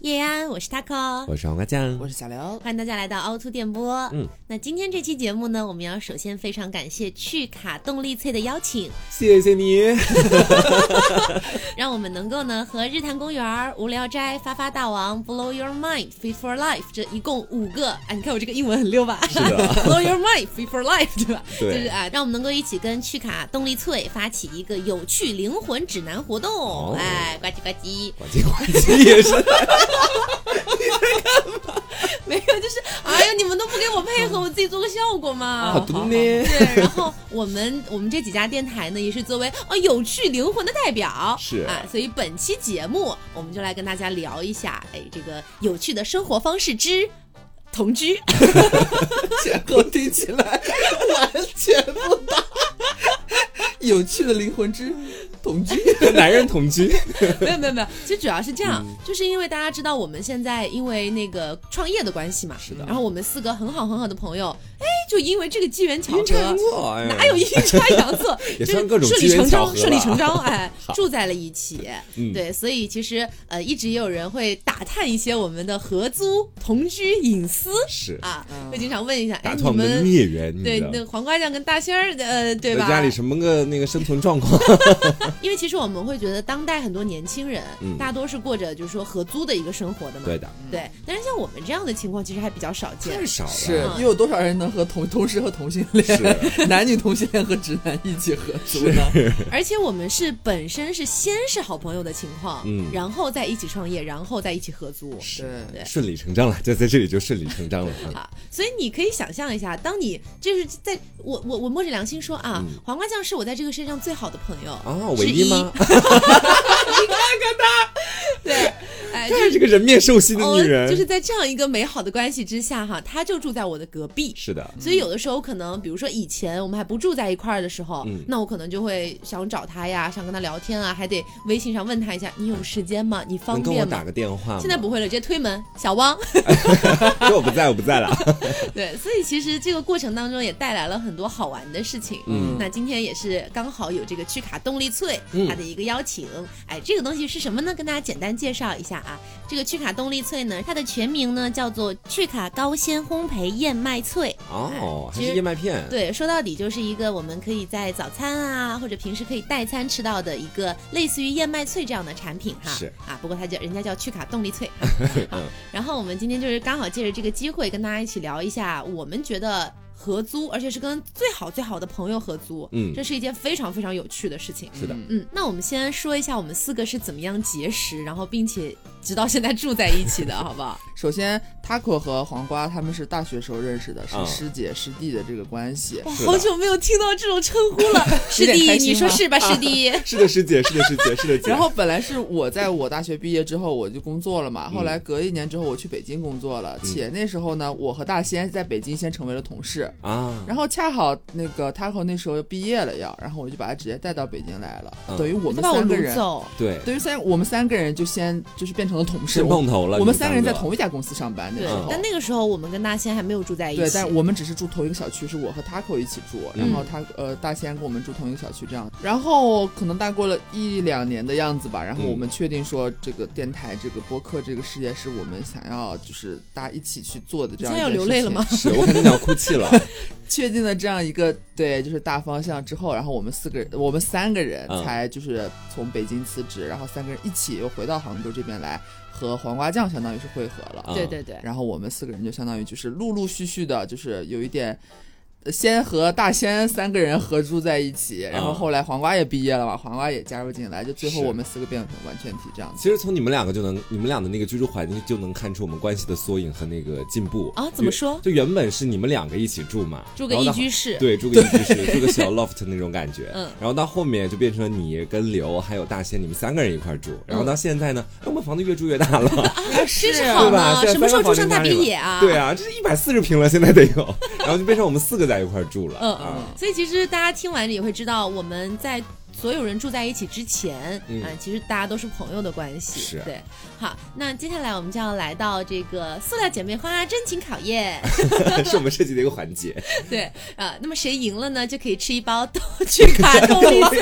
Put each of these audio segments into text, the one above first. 叶安，我是 Taco， 我是黄瓜酱，我是小刘。欢迎大家来到凹凸电波。嗯，那今天这期节目呢，我们要首先非常感谢趣卡动力翠的邀请，谢谢你。让我们能够呢和日坛公园、无聊斋、发发大王、Blow Your Mind、Free for Life 这一共五个，哎，你看我这个英文很 溜吧？是的， Blow Your Mind Free for Life 对吧？对就是啊，让我们能够一起跟趣卡动力翠发起一个有趣灵魂指南活动，哦哎，呱唧呱唧。我这关机也是。没有，就是哎呀，你们都不给我配合，我自己做个效果好嘛。的呢，对，然后我们我们这几家电台呢，也是作为啊有趣灵魂的代表，是啊，所以本期节目我们就来跟大家聊一下，哎，这个有趣的生活方式之同 居。结果听起来完全不搭。有趣的灵魂之同居，和 男人同居，没有没有没有，其实主要是这嗯样，就是因为大家知道我们现在因为那个创业的关系嘛，是的然后我们四个很好很好的朋友，哎，就因为这个机缘巧阴差合阳。错，哎呀哪有阴差阳错？ 也就算是各种顺机理缘成巧合吧章，顺理成章，哎 好，住在了一起。嗯对，所以其实呃，一直也有人会打探一些我们的合租、同居隐私是啊，嗯会经常问一下，打哎，断你我们的们孽缘，你对知道那个黄瓜酱跟大仙儿，呃，对吧？在家里什么个那个生存状况？ 因为其实我们会觉得，当代很多年轻人、嗯大多是过着就是说合租的一个生活的嘛，对的，对但是像我们这样的情况，其实还比较少 见太。少了。是嗯又有多少人能和同同时和同性恋、 男女同性恋和直男一起合租呢？而且我们是本身是先是好朋友的情况，嗯然后再一起创业，然后再一起合租。是对顺理成章了，就在这里就顺理成章了。啊啊，所以你可以想象一下，当你就是在我我我摸着良心说啊，黄瓜酱是我在这个世界上最好的朋友嗯啊，之唯一吗？ 对，哎，就看是啊这个人面兽心的哦女，人，就是在这样一个美好的关系之下哈，他就住在我的隔壁，是的，所以有的时候可能，比如说以前我们还不住在一块儿的时候，嗯那我可能就会想找他呀，想跟他聊天啊，还得微信上问他一下，你有时间吗？你方能跟我便打吗？个电话吗？现在不会了，直接推门，小汪。 说我不在，我不在了。 对，所以其实这个过程当中也带来了很多好玩的事情。嗯那今天也是刚好有这个趣卡动力翠嗯它的一个邀请，哎，这个东西是什么呢？跟大家简单介绍一下啊。这个趣卡动力翠呢，它的全名呢叫做趣卡高纤烘焙燕麦脆。哦，还其是实燕麦片，对，说到底就是一个我们可以在早餐啊，或者平时可以代餐吃到的一个类似于燕麦脆这样的产品哈。是嗯啊，不过它叫人家叫趣卡动力 脆。好，然后我们今天就是刚好借着这个机会跟大家一起聊一下，我们觉得。合租，而且是跟最好最好的朋友合租，嗯这是一件非常非常有趣的事情。是的，嗯，那我们先说一下我们四个是怎么样结识，然后并且直到现在住在一起的，好不好？首先，Taco 和黄瓜他们是大学时候认识的，是嗯师姐师弟的这个关系。哇， 是的好久没有听到这种称呼 了，师有点弟，开心你说吗是吧，师弟？是的，师姐，是的，师 姐，是的，姐。然后本来是我在我大学毕业之后我就工作了嘛，后嗯来隔一年之后我去北京工作了，且那时候呢，我和大仙在北京先成为了同事，啊，然后恰好那个 Taco 那时候毕业了要，然后我就把他直接带到北京来了，嗯等于我他们把我三个掳人，走。对，等于三我们三个人就先就是变成了同事，是碰我头了。我们你三个人在个同一家公司上班那对时嗯候，，但那个时候我们跟大仙还没有住在一起。嗯对，但我们只是住同一个小区，是我和 Taco 一起住，然后他、呃大仙跟我们住同一个小区这样。然后可能大概过了一两年的样子吧，然后嗯我们确定说这个电台、这个播客、这个事业是我们想要就是大家一起去做的这现样。在要流泪了吗？？ 是我肯定要哭泣了。确定了这样一个对，就是大方向之后，然后我们四个人，我们三个人嗯才就是从北京辞职，然后三个人一起又回到杭州这边来，和黄瓜酱相当于是汇合了。啊对对对，然后我们四个人就相当于就是陆陆续续的，就是有一点。呃先和大仙三个人合住在一起，然后后来黄瓜也毕业了嘛，黄瓜也加入进来，就最后是我们四个变成完全体这样子。其实从你们两个就能，你们俩的那个居住环境就能看出我们关系的缩影和那个进步啊怎么说就原本是你们两个一起住嘛，住个然后一到居室。对，住个一居 室，住个小 loft 那种感觉。嗯然后到后面就变成了你跟刘还有大仙，你们三个人一块儿住。然后到现在呢，哎我们房子越住越大 了，真嗯啊是对好吧？呢，现在什么时候住三个房间上大家里别了野啊？对。啊，这是一百四十平了，现在得有。然后就变成我们四个在一块儿住了。嗯啊，所以其实大家听完也会知道，我们在所有人住在一起之前，嗯啊，其实大家都是朋友的关系。是对。好，那接下来我们就要来到这个塑料姐妹花真情考验。 是我们设计的一个环节。对啊，那么谁赢了呢，就可以吃一包豆菊卡冻梨 脆。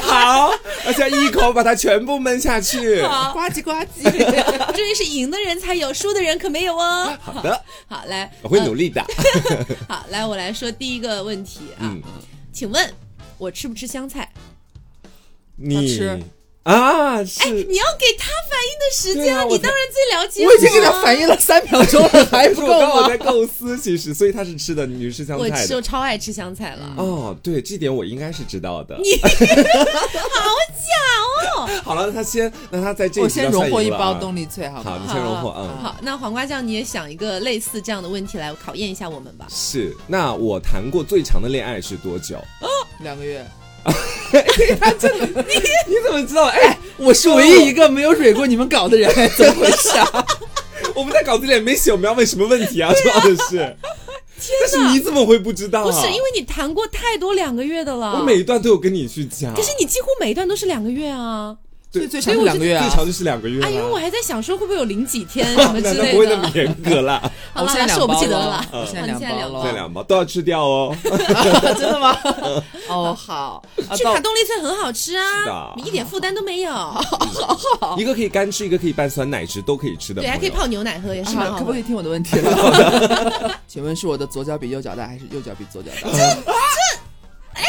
好，而且一口把它全部闷下去。好，呱唧呱唧，这里是赢的人才有，输的人可没有哦。好的，好，来，我会努力的。呃好，来，我来说第一个问题啊，嗯，请问我吃不吃香菜？你吃啊哎，是。你要给他反应的时对间，啊我你当然最了解我已经给我啊他反应了三秒钟了，还但哎不是我刚够好吗？在构思，其实，所以他是吃的，你是香我菜就的。超爱吃香菜了。哦，对，这点我应该是知道的。好假哦！好了，那他先，那他在这我集先要荣算获赢一了包啊冻梨脆，好好，吗你？先荣获，好嗯，好，那黄瓜酱你也想一个类似这样的问题来考验一下我们吧。是。那我谈过最长的恋爱是多久？两个月，你怎么知道？哎，我是唯一一个没有蕊过你们稿的人，怎么回事啊？我们在稿子里也没写我们要问什么问题啊，主要的是。天但是哪你怎么会不知道啊？不是，因为你谈过太多两个月的了。我每一段都有跟你去讲。可是你几乎每一段都是两个月啊。对最所最长以是我两个最月啊！长就是两个月了。啊，因为我还在想说会不会有零几天什么之难道类不会那么的。严格啦？ 好了，现在是两我不包记得了了，啦。嗯我现在啊你现在两两包包了，这两包都要吃掉哦。 真的吗？哦，好，啊菊到卡冻梨脆很好吃是啊，你的一点负担都没有。一个可以干吃，一个可以拌酸奶吃，都可以吃哦的。对，还可以。泡牛奶喝，也是蛮啊好可不可的。以听我的问题了？ 请问是我的左脚比右脚大，还是右脚比左脚 大？哎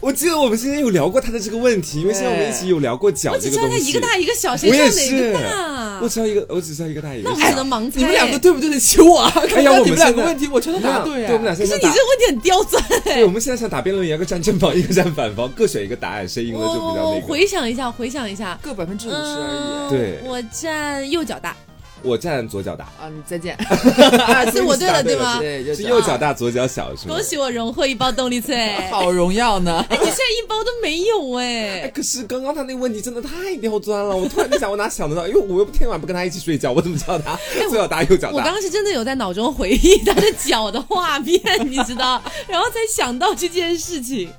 我记得我们今天有聊过他的这个问题，因为现在我们一起有聊过脚我这只知个道东它西。一个大一个小，谁我知道也哪个是大我？只要一个，我只知道一个大一哎个那我小。只能盲猜。哎你们两个对不对得起我啊？哎呀，我们你们两现个在问题我全都答对对啊，我们俩啊！现可是在你打这。个问题很刁 钻。对，我们现在像打辩论一样，一个站正 方，一个站反方，各选一个答案，谁赢了就比较哎我那个。啊回想一下，回想一 下，各百分之五十嗯而对我站右脚大，我站左脚答，已啊！你再见，啊是我对了对啊吗？对，是就右脚大，左脚小，是吗？恭喜我荣获一包冻梨 脆。哎， 好荣耀呢。你现在一包都没有哎哎，。可是刚刚他那个问题真的太刁钻了，我突然就想，我哪想得到？因为我又不天晚不跟他一起睡觉，我怎么知道他左脚大右脚哎我刚大？刚是真的有在脑中回忆他的脚的画面，你知 道，然后才想到这件事情。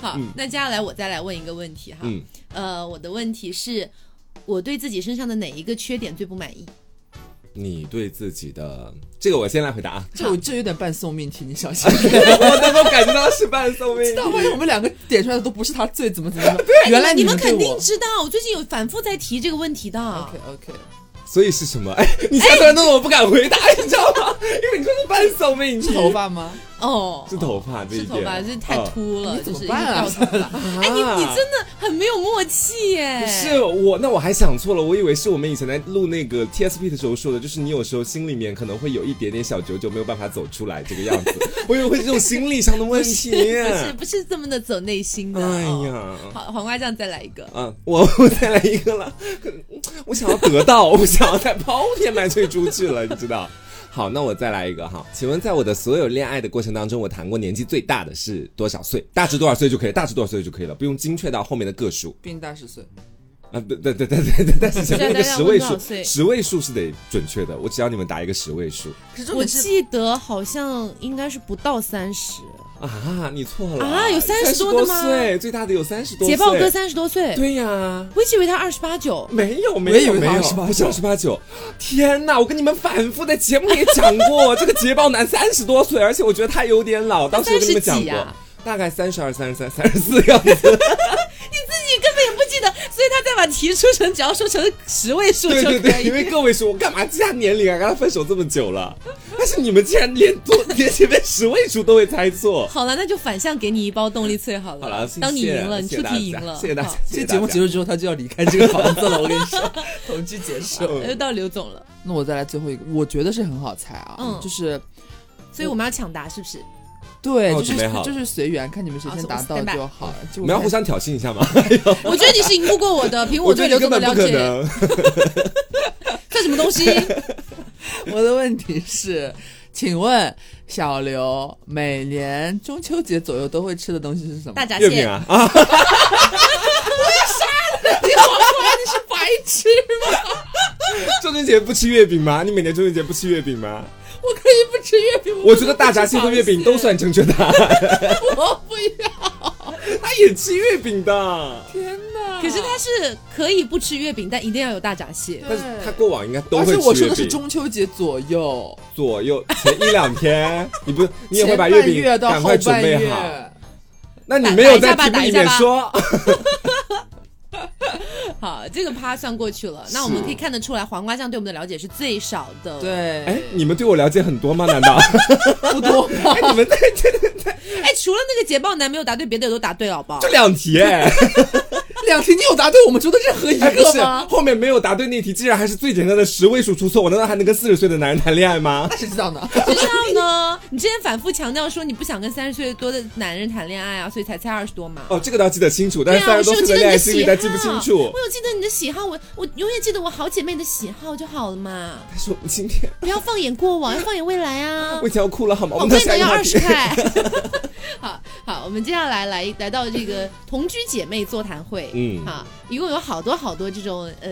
好，嗯那接下来我再来问一个问题哈，嗯，呃，我的问题是，我对自己身上的哪一个缺点最不满意？你对自己的这个，我先来回答啊。 这我这有点半送命题，你小 心。我能够感觉到是半送命。但万一我们两个点出来的都不是他最怎么怎么，对，哎原来你们对肯定我。知道，我最近有反复在提这个问题的。 OK OK，所以是什么？哎，你现在突然弄得我不敢回答，你知道吗？因为你说是半送命题是头，发吗？哦，是头发这一是点，头发，这太嗯秃了，你怎就么是一直办啊掉头发。哎，你你真的很没有默契耶！不是我，那我还想错了，我以为是我们以前在录那个 TSP 的时候说的，就是你有时候心里面可能会有一点点小九九，没有办法走出来这个样子，我以为会是这种心理上的问题。不是不是这么的走内心的。哎哦 呀。好，黄瓜酱再来一个。啊，我我再来一个了， 我想要得到， 我想要再抛天买翠珠去了，你知道？好，那我再来一个哈。请问，在我的所有恋爱的过程当中，我谈过年纪最大的是多少岁？大致多少岁就可以，大致多少岁就可以了，不用精确到后面的个数。比你大十岁，啊，对对对对对对，但是前面那个十对对位对我们多少数，岁十位数是得准确的，我只要你们答一个十位数可是重我点是记得好像应该是不到三十，啊，你错了啊有三30多多的吗岁最大的有三十多岁，捷豹哥三十多岁，对呀、我一直以为他二十八九。没有，我没也以有，为没有， 28不是二十八九。天哪，我跟你们反复在节目里也讲过，这个捷豹男三十多岁，而且我觉得他有点老，当时我跟你们讲30几过，啊大概三十二、三十三、三十四样子。你根本也不记得，所以他再把题出成，只要说成十位数对就可以。对对，因为个位数，我干嘛记他年龄啊？跟他分手这么久了，但是你们竟然连多连前面十位数都会猜错。好了，那就反向给你一包动力脆好了。好了，谢谢当你赢了，你出谢谢大家题赢了，谢谢大家好。谢这谢节目大结家束之后，他就要离开这个房子了。我跟你 说，同居结束。那就呃嗯到刘总了，那我再来最后一个，我觉得是很好猜啊，嗯就是所嗯以我们要抢答是 不是？对，哦就准备是好了就是随缘，看你们谁先答好到是我就好。我就我们要看互相挑衅一下吗？我觉得你是赢不过我的，凭觉对得刘你根总的本了不可解，能。算什么东西？ 我的问题是，请问小刘每年中秋节左右都会吃的东西是什么？大闸月饼蟹。 啊啊！你是白痴 吗？中秋节不吃月饼吗？你每年中秋节不吃月饼吗？我可以不吃月饼，我觉得大闸蟹和月饼都算正确答案。我不要。 他也吃月饼的，天哪！可是他是可以不吃月饼，但一定要有大闸蟹。但是他过往应该都而会吃且月饼。我说的是中秋节左右，左右前一两天，你不你也会前把半月饼月到赶后快半准备好。月那你打没有打一在下吧题目打一里下面吧说，好，这个趴算过去了。那我们可以看得出来，黄瓜酱对我们的了解是最少的。，对，哎，你们对我了解很多吗？难 道？不多吧？哎，你们在这哎，除了那个捷豹男没有答对，别的也都答对了，好不好就？两题哎，两题你有答对我们中的任 何一哎不个是吗？后面没有答对那题，竟然还是最简单的十位数出错，我难道还能跟四十岁的男人谈恋爱 吗？那谁知道呢？谁知道呢？你之前反复强调说你不想跟三十岁多的男人谈恋爱啊，所以才猜二十多嘛。哦，这个倒记得清楚，但对是三啊，十我是多有记岁的得恋你的喜爱经历但好，记不清 楚我。有记得你的喜好，我我永远记得我好姐妹的喜好就好了嘛。但哎是我们今天不要放眼过往，要放眼未来 啊我。已经要哭了，好吗？我好们到贵下的一个要话二题十。块。 好好，我们接下来来来到这个同居姐妹座谈会，嗯啊，一共有好多好多这种呃，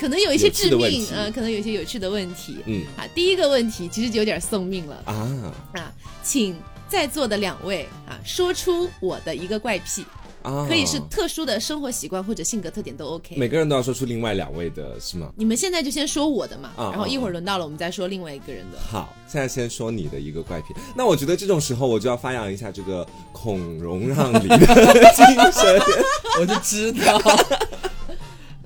可能有一些致有趣的命问，题呃，可能有一些有趣的问题，嗯啊，第一个问题其实就有点送命了啊啊，请在座的两位啊，说出我的一个怪癖，啊，可以是特殊的生活习惯或者性格特点都 OK。每个人都要说出另外两位的是吗？你们现在就先说我的嘛，啊然后一会儿轮到了我们再说另外一个人的。好，现在先说你的一个怪癖。那我觉得这种时候，我就要发扬一下这个孔融让梨的 精神。我就知道，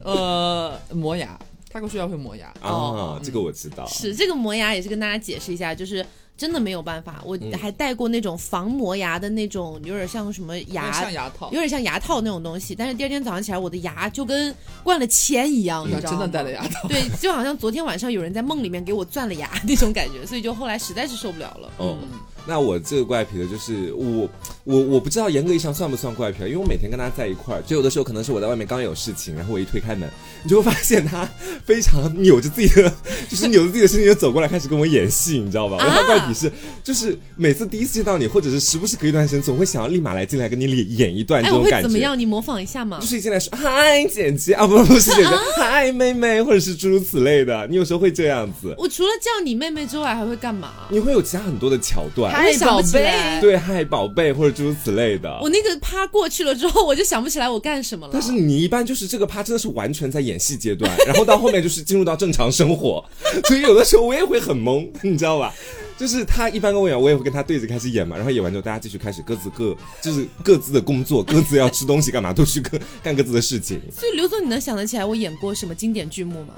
呃，磨牙，他跟我说要会磨牙，哦嗯啊，这个我知道。是这个磨牙也是跟大家解释一下，就是真的没有办法，我还戴过那种防磨牙的那种，有点像什么因为牙上，牙套有，点像牙套那种东西。但是第二天早上起来，我的牙就跟灌了铅一样，你知道哎真吗？的戴了牙套。对，就好像昨天晚上有人在梦里面给我钻了牙那种感觉，所以就后来实在是受不了了。哦，那我这个怪癖的就是我，我我不知道严格意义上算不算怪癖，啊，因为我每天跟他在一块儿，就有的时候可能是我在外面刚有事情，然后我一推开门，你就会发现他非常扭着自己的，就是扭着自己的身体就走过来，开始跟我演戏，你知道吧？啊我的怪癖是，就是每次第一次见到你，或者是时不时隔一段时间，总会想要立马来进来跟你演演一段这哎，我种会感怎么觉。样？你模仿一下嘛就。是一进来说嗨姐姐啊，不不是姐姐，嗨妹妹，或者是诸如此类的，你有时候会这样子，我除了叫你妹妹之外，还会干嘛？你会有其他很多的桥段，还我想不起来对嗨宝贝或者诸如此类的。我那个趴过去了之后，我就想不起来我干什么了。但是你一般就是这个趴真的是完全在演戏阶段， 然后到后面就是进入到正常生活， 所以有的时候我也会很懵，你知道吧？就是他一般跟我演，我也会跟他对着开始演嘛，然后演完之后大家继续开始各自各就是各自的工作， 各自要吃东西干嘛，都去各干各自的事情。所以刘总，你能想得起来我演过什么经典剧目吗？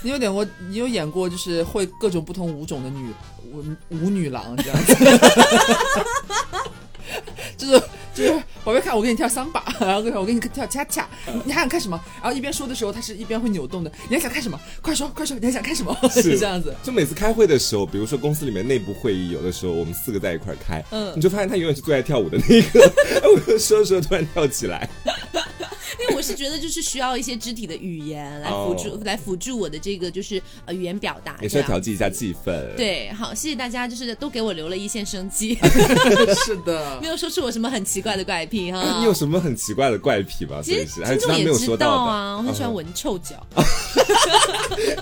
你有点过，你有演过就是会各种不同舞种的女舞舞女郎这样子， 就是就是宝贝看我给你跳桑巴，然后跟你说我给你跳恰恰，嗯你还想看什么？然后一边说的时候，他是一边会扭动的，你还想看什么？快说快说，你还想看什么？ 是这样 子。就每次开会的时候，比如说公司里面内部会议，有的时候我们四个在一块儿开，嗯你就发现他永远是最爱跳舞的那个， 我就说着说着突然跳起来，因为我是觉得就是需要一些肢体的语言来辅助、哦来辅助我的这个就是呃语言表达，也是要这样调剂一下气氛。，对，好，谢谢大家，就是都给我留了一线生 机，是的没，有说出我什么很奇怪的怪癖哈。 你有什么很奇怪的怪癖吗？其所以实是还听是众他没也有知说道到的啊，我很喜欢嗯闻臭脚，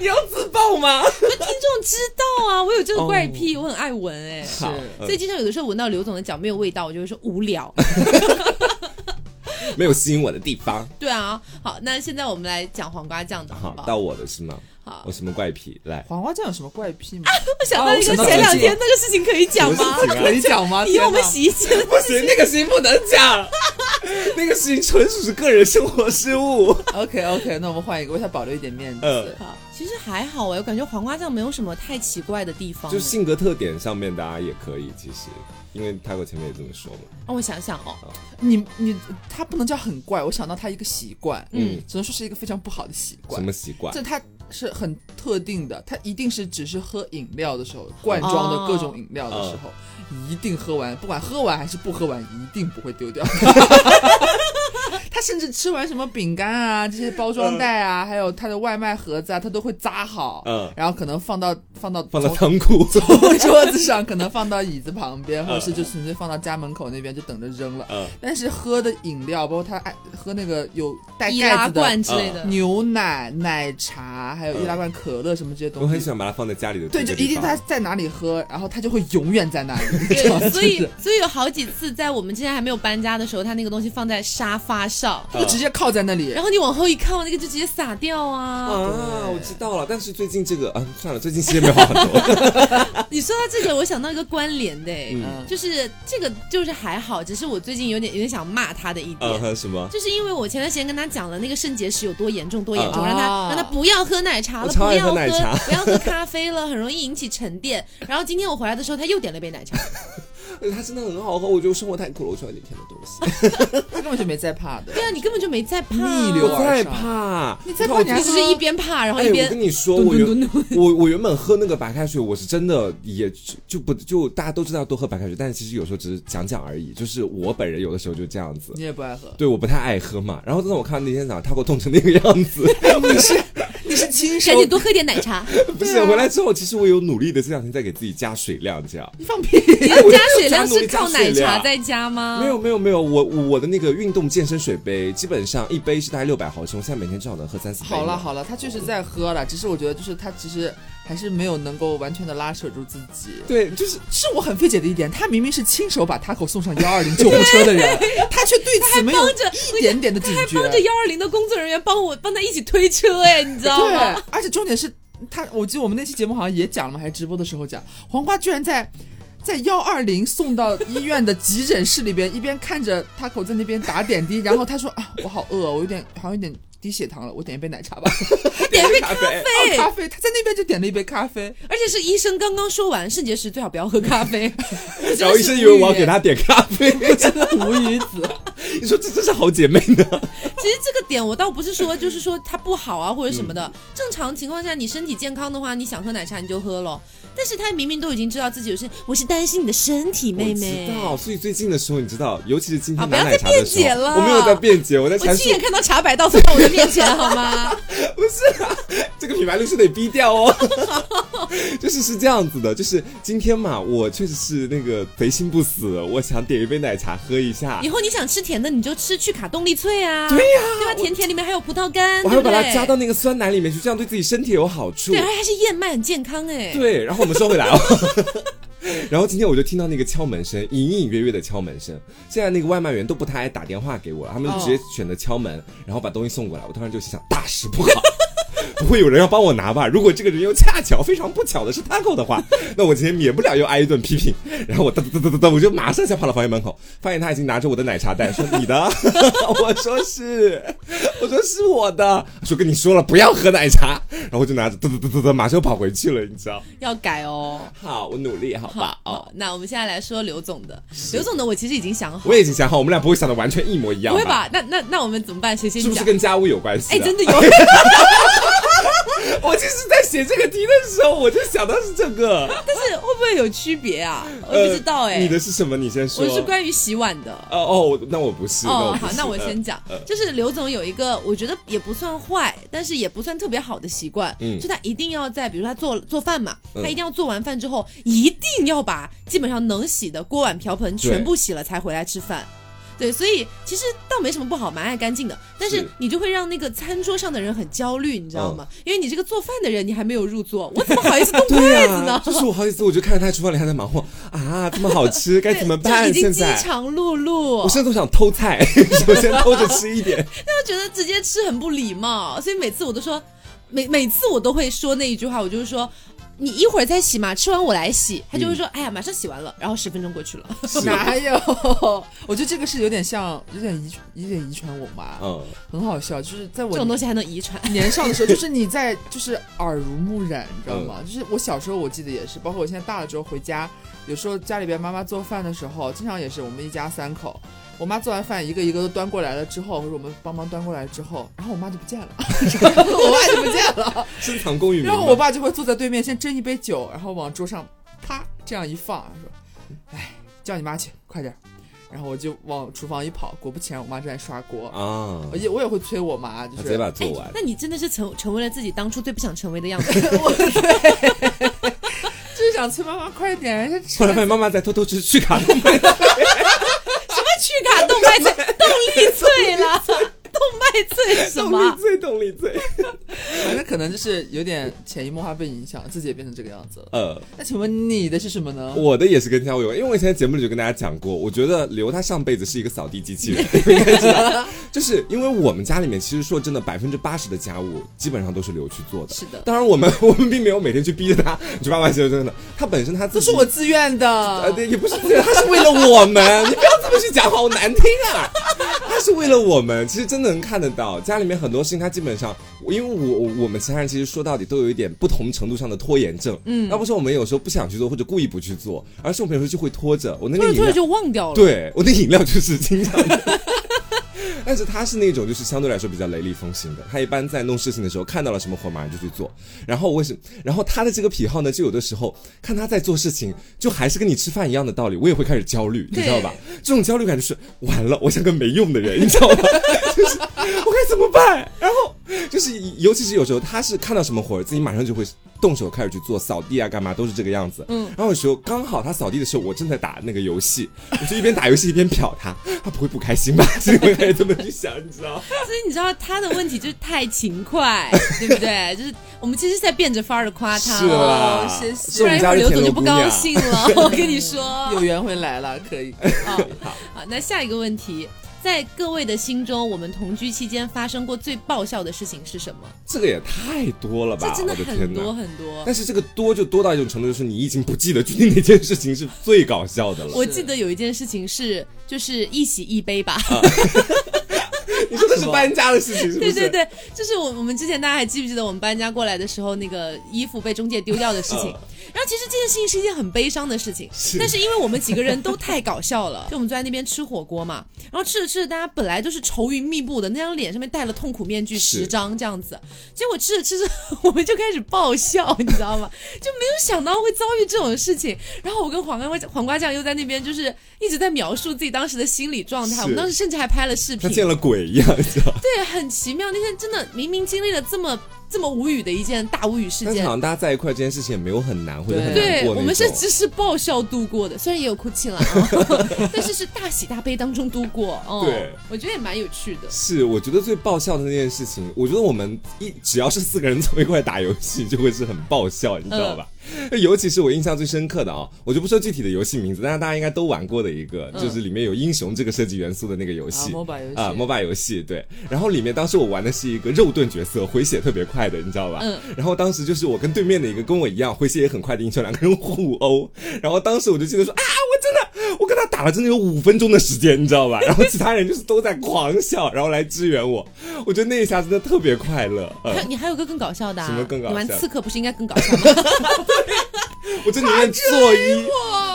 你要自爆吗？听众知道啊，我有这个怪癖，哦我很爱闻 哎、是好，嗯所以经常有的时候闻到刘总的脚没有味道，我就会说无聊。没有吸引我的地方。对啊，好，那现在我们来讲黄瓜酱的好好不，好？到我的是吗？好我，什么怪癖？来，黄瓜酱有什么怪癖吗？我想哦到啊一我个想到前自两己天那个事情可以讲吗什？么事情啊 可以讲吗？以天我们哪洗衣机的不行，那个事情不能 讲，那个事情纯属是个人生活失误。 OK OK，那我们换一个，为他保留一点面嗯子。好，其实还好哎，我感觉黄瓜酱没有什么太奇怪的地方哎。就性格特点上面，大家也可以其实，因为泰国前面也这么说嘛。让我想想哦，你你他不能叫很怪，我想到他一个习惯，嗯只能说是一个非常不好的习惯。什么习惯？这他是很特定的，他一定是只是喝饮料的时候，罐装的各种饮料的时候，嗯 一定喝完，不管喝完还是不喝完，一定不会丢掉。他甚至吃完什么饼干啊，这些包装袋啊，还有他的外卖盒子啊，他都会扎好，嗯，然后可能放到放到放到仓从库，从 桌子上，可能放到椅子旁边，或者是就纯粹放到家门口那边，就等着扔了。 嗯，但是喝的饮料，包括他爱喝那个有带易拉盖子的嗯罐之类的，牛奶、奶茶，还有易拉罐可乐什么这些我东很西喜，欢把它放在家里的对，这就个一地定方，他在哪里喝，然后他就会永远在那 里。你知道吗对，所以就是所以有好几次在我们之前还没有搬家的时候，他那个东西放在沙发上，他就直接靠在那 里然。后你往后一看，我那个就直接撒掉啊！啊，我知道了。但是最近这个，啊，算了，最近时间没有好很多。 你说到这个，我想到一个关联的、哎嗯就是这个就是还好，只是我最近有点有点想骂他的一点。嗯，还有什 么？就是因为我前段时间跟他讲了那个肾结石有多严重，多严重，嗯让他哦让他不要喝奶茶啊我了，超不爱要喝奶茶 不要喝咖啡了，很容易引起沉淀。然后今天我回来的时候，他又点了一杯奶茶，它真的很好喝，我觉得生活太苦了，我需要一点甜的东西。他根本就没在怕的。对啊，你根本就没在怕、啊，逆流我啊在怕，你在看怕我你你只是一边怕，然后哎，一边、我跟你说，我原我我原本喝那个白开水，我是真的也就就不就大家都知道多喝白开水，但是其实有时候只是讲讲而已。就是我本人有的时候就这样子你，也不爱喝，对，我不太爱喝嘛。然后自从我看到那天早上他给我冻成那个样 子，你是你是亲手赶紧多喝点奶 茶。不啊是回来之后，其实我有努力的这两天在给自己加水量，这样。你放屁！你哎的加水量是靠奶茶在加吗？没有没有没有，我我的那个运动健身水杯基本上一杯是大概六百毫升，我现在每天至少能喝三四杯。好了，好了，他确实在喝了，只是我觉得就是他其实还是没有能够完全的拉扯住自己。对，就是是我很费解的一点，他明明是亲手把 Taco 送上幺二 零救护车的人， 他却对此没有帮着一点点的警还觉帮。着幺二零的工作人员帮我帮他一起推车哎，你知道对吗？，而且重点是他，我记得我们那期节目好像也讲了嘛，还是直播的时候讲，黄瓜居然在。在幺二零送到医院的急诊室里边，一边看着 Taco 在那边打点滴，然后他说啊，我好饿，我有点好像有点低血糖了，我点一杯 奶茶吧，他点了一杯 咖 点了啡，咖啡。他在那边就点了一杯 咖啡，而且是医生刚刚说完，肾结石最好不要喝咖 啡。然后医生以为我要给他点咖 啡，真的无语子。 你说这真是好姐妹呢。其实这个点我倒不是说就是说它不好啊或者什么的，嗯正常情况下你身体健康的话，你想喝奶茶你就喝咯。但是他明明都已经知道自己有事，我是担心你的身体， 妹妹。我知道，所以最近的时候，你知道，尤其是今啊天不要再拿奶茶的时候，辩解了我没有在辩解，我在我阐述亲眼看到茶百道走到我的面前，好吗？ 不是、啊，这个品牌律师得逼掉哦。 就是是这样子的，就是今天嘛，我确实是那个贼心不死，我想点一杯奶茶喝一下以，后你想吃甜的，你就吃去卡动力脆啊。对呀、对吧？甜甜里面还有葡萄干，我对还要不把对？它加到那个酸奶里面去，这样对自己身体有好处对，。而且还是燕麦，很健康哎。对，然后我们说回来哦。然后今天我就听到那个敲门声，隐隐约约的敲门声。现在那个外卖员都不太爱打电话给我了，他们就直接选择敲门，然后把东西送过来。我突然就心想，大事不好， 不会有人要帮我拿吧？如果这个人又恰巧非常不巧的是 Taco 的话，那我今天免不了又挨一顿批评。然后我哒哒哒哒哒，我就马上就跑到房间门口，发现他已经拿着我的奶茶袋，说你的， 我说是，我说是我的，说跟你说了不要喝奶茶，然后我就拿着哒哒哒哒哒，马上又跑回去了，你知道。要改哦。好，我努力，好吧？哦，好，那我们现在来说刘总的。刘总的我其实已经想好，我已经想好，我们俩不会想的完全一模一样，不会？吧？那那那我们怎么办？谁先是讲？不是跟家务有关系？啊哎，真的有。我就是在写这个题的时候，我就想到是这个。但是会不会有区别啊？ 我也不知道哎、呃你的是什么？你先说。我是关于洗碗的。哦哦，那我不是。哦我，不好是，呃那我先讲，就是刘总有一个我觉得也不算坏，但是也不算特别好的习惯，嗯就他一定要在，比如他做做饭嘛，嗯他一定要做完饭之后，一定要把基本上能洗的锅碗瓢盆全部洗了才回来吃饭。对，所以其实倒没什么不好，蛮爱干净的。但是是嗯你就会让那个餐桌上的人很焦虑，你知道吗？因为你这个做饭的人，你还没有入座，我怎么好 意思动筷对子呢啊，？就是我好几次我就看着他在厨房里还在忙活啊，这么好吃该怎么就办？已经现饥在肠辘辘，我甚至都想 偷菜，首先偷着吃一点。就觉得直接吃很不礼貌，所以每次我都说，每每次我都会说那一句话，我就是说。你一会儿再洗嘛，吃完我来洗。他就嗯会说：“哎呀，马上洗完了。”然后十分钟过去了，是哪有？我觉得这个是有点像，有点遗传，有点遗传我妈，嗯，很好笑。就是在这我种东西还能遗传？年少的时候，就是你在就是耳濡目染，你知道吗？就是我小时候我记得也是，包括我现在大了之后回家，有时候家里边妈妈做饭的时候，经常也是我们一家三口。我妈做完饭，一个一个都端过来了之后，或者我们帮忙端过来之后，然后我妈就不见了， 我妈就不见了，深藏功与名嘛。然后我爸就会坐在对面，先斟一杯酒，然后往桌上啪这样一放，说：“哎，叫你妈去，快点儿。”然后我就往厨房一跑，果不其然，我妈正在刷锅。啊我，也我也会催我妈，就他直接是把它做完哎哎。那你真的是成成为了自己当初最不想成为的样子。 就是想催妈妈快点，先吃后来发现妈妈在偷偷吃去卡通麦，去卡动脉脆，动力脆 啦，动脉脆是什动力么？最动力最。反正可能就是有点潜移默化被影响，自己也变成这个样子了。呃，那请问你的是什么呢？我的也是跟家务有关，因为我以前在节目里就跟大家讲过，我觉得刘他上辈子是一个扫地机器人，应该知道，就是因为我们家里面其实说真的，百分之八十的家务基本上都是刘去做的。是的当然我们我们并没有每天去逼着他， 你去爸爸洗手真的，他本身他自这己是我自愿呃，的。对，也不是，他是为了我们，你不要这么去讲，好难听啊！他是为了我们，其实真的能看得到，家里面很多事情，他基本上，因为我我我们其他人其实说到底都有一点不同程度上的拖延症，嗯，要不是我们有时候不想去做或者故意不去做，而是我们有时候就会拖着，我那突个然饮突料然就忘掉了。对，我的饮料就是经常。 但是他是那种就是相对来说比较雷厉风行的，他一般在弄事情的时候看到了什么活马上就去做。然后我为什么？然后他的这个癖好呢，就有的时候看他在做事情，就还是跟你吃饭一样的道理，我也会开始焦虑，你知道吧？这种焦虑感就是完了，我像个没用的人，你知道吗？ 就是我该怎么办？然后就是尤其是有时候他是看到什么活儿，自己马上就会动手开始去做扫地啊，干嘛都是这个样子。嗯，然后有时候刚好他扫地的时候，我正在打那个游戏， 我就一边打游戏一边瞟他，他不会不开心吧？ 所以我开始这么去想，你知道？所以你知道他的问题就是太勤快，对不 对？就是我们其实是在变着法儿的夸他，哦是啦，谢谢是不我然一们会家儿的刘田总螺就不姑娘高兴了。 我跟你说，有缘回来了，可以。啊，好，那下一个问题，在各位的心中，我们同居期间发生过最爆笑的事情是什么？这个也太多了这吧！真的我的天很多哪！很多。但是这个多就多到一种程度，就是你已经不记得具体哪件事情是最搞笑的了。我记得有一件事情是，就是一喜一悲吧，你说的是搬家的事情，是不啊对是？对对，就是我我们之前大家还记不记得我们搬家过来的时候，那个衣服被中介丢掉的事情嗯？然后其实这件事情是一件很悲伤的事情，但是因为我们几个人都太搞笑了，就我们坐在那边吃火锅嘛，然后吃着吃着，大家本来就是愁云密布的，那张脸上面戴了痛苦面具是十张这样子，结果吃着吃着 我们就开始爆笑，你知道吗？就没有想到会遭遇这种事情。然后我跟黄瓜黄瓜酱又在那边就是一直在描述自己当时的心理状态，是我们当时甚至还拍了视频像。见了鬼一样，你知道？对，很奇妙。那天真的明明经历了这么这么无语的一件大无语事但是件好，像大家在一块这件事情也没有很难，或者很对难过那对种。我们是只是爆笑度过的，虽然也有哭泣了 啊，但是是大喜大悲当中度过。哦、对，我觉得也蛮有趣的。是，我觉得最爆笑的那件事情，我觉得我们一只要是四个人凑一块打游戏，就会是很爆笑，你知道吧？嗯尤其是我印象最深刻的啊、我就不说具体的游戏名字，但是大家应该都玩过的一个，就是里面有英雄这个设计元素的那个游戏嗯啊，MOBA 游戏啊，MOBA 游戏对。然后里面当时我玩的是一个肉盾角色，回血特别快的，你知道吧？嗯然后当时就是我跟对面的一个跟我一样回血也很快的英雄，两个人互殴。然后当时我就记得说啊，我真的我跟他打了真的有五分钟的时间，你知道吧？然后其他人就是都在狂笑，然后来支援我。我觉得那一下真的特别快乐。嗯还有你还有个更搞笑的、啊，什么更搞笑你玩刺客不是应该更搞笑吗？我就宁愿做一，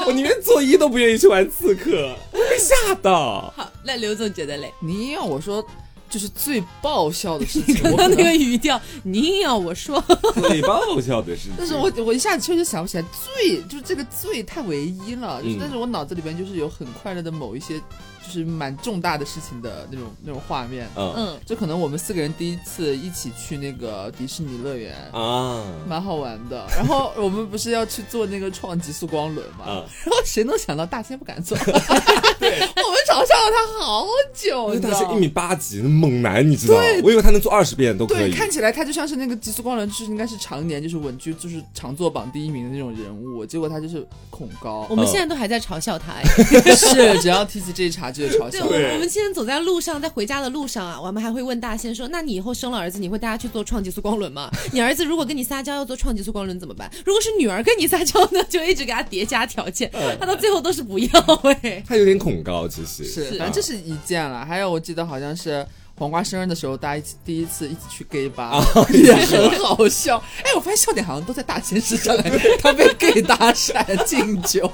我宁愿做一都不愿意去玩刺客，我被吓到。 好，那刘总觉得嘞，你硬要我说，就是最爆笑的事你 情，刚我刚可那个能。语调，你硬要我说，最爆笑的事情但是我我一下子确实想不起来最，就是这个最太唯一了。就是嗯但是我脑子里边就是有很快乐的某一些，就是蛮重大的事情的那种那种画面。嗯 嗯，就可能我们四个人第一次一起去那个迪士尼乐园，啊蛮好玩的。 然后我们不是要去做那个创极速光轮嘛？啊，然后谁能想到大仙不敢 做？我们嘲笑了他好久，那你知他道是吗一米八几的猛男，你知道？我以为他能做二十遍都可对，以。看起来他就像是那个极速光轮，就是应该是常年就是稳居就是常做榜第一名的那种人物，结果他就是恐高 我们现在都还在嘲笑他哎。是只要提起这一茬就有 嘲对，笑我。对们我们今天走在路上，在回家的路上啊，我们还会问大仙说：“那你以后生了儿子，你会带他去做创极速光轮吗？ 你儿子如果跟你撒娇要做创极速光轮怎么办？如果是女儿跟你撒娇呢，就一直给他叠加条件，嗯他到最后都是不要哎。他有点恐高，其实是，是反正这是一件了。还有我记得好像是黄瓜生日的时候，大家一起第一次一起去 gay 吧，哦 也很好笑。哎，我发现笑点好像都在大仙身上， 他被 gay 搭讪敬酒。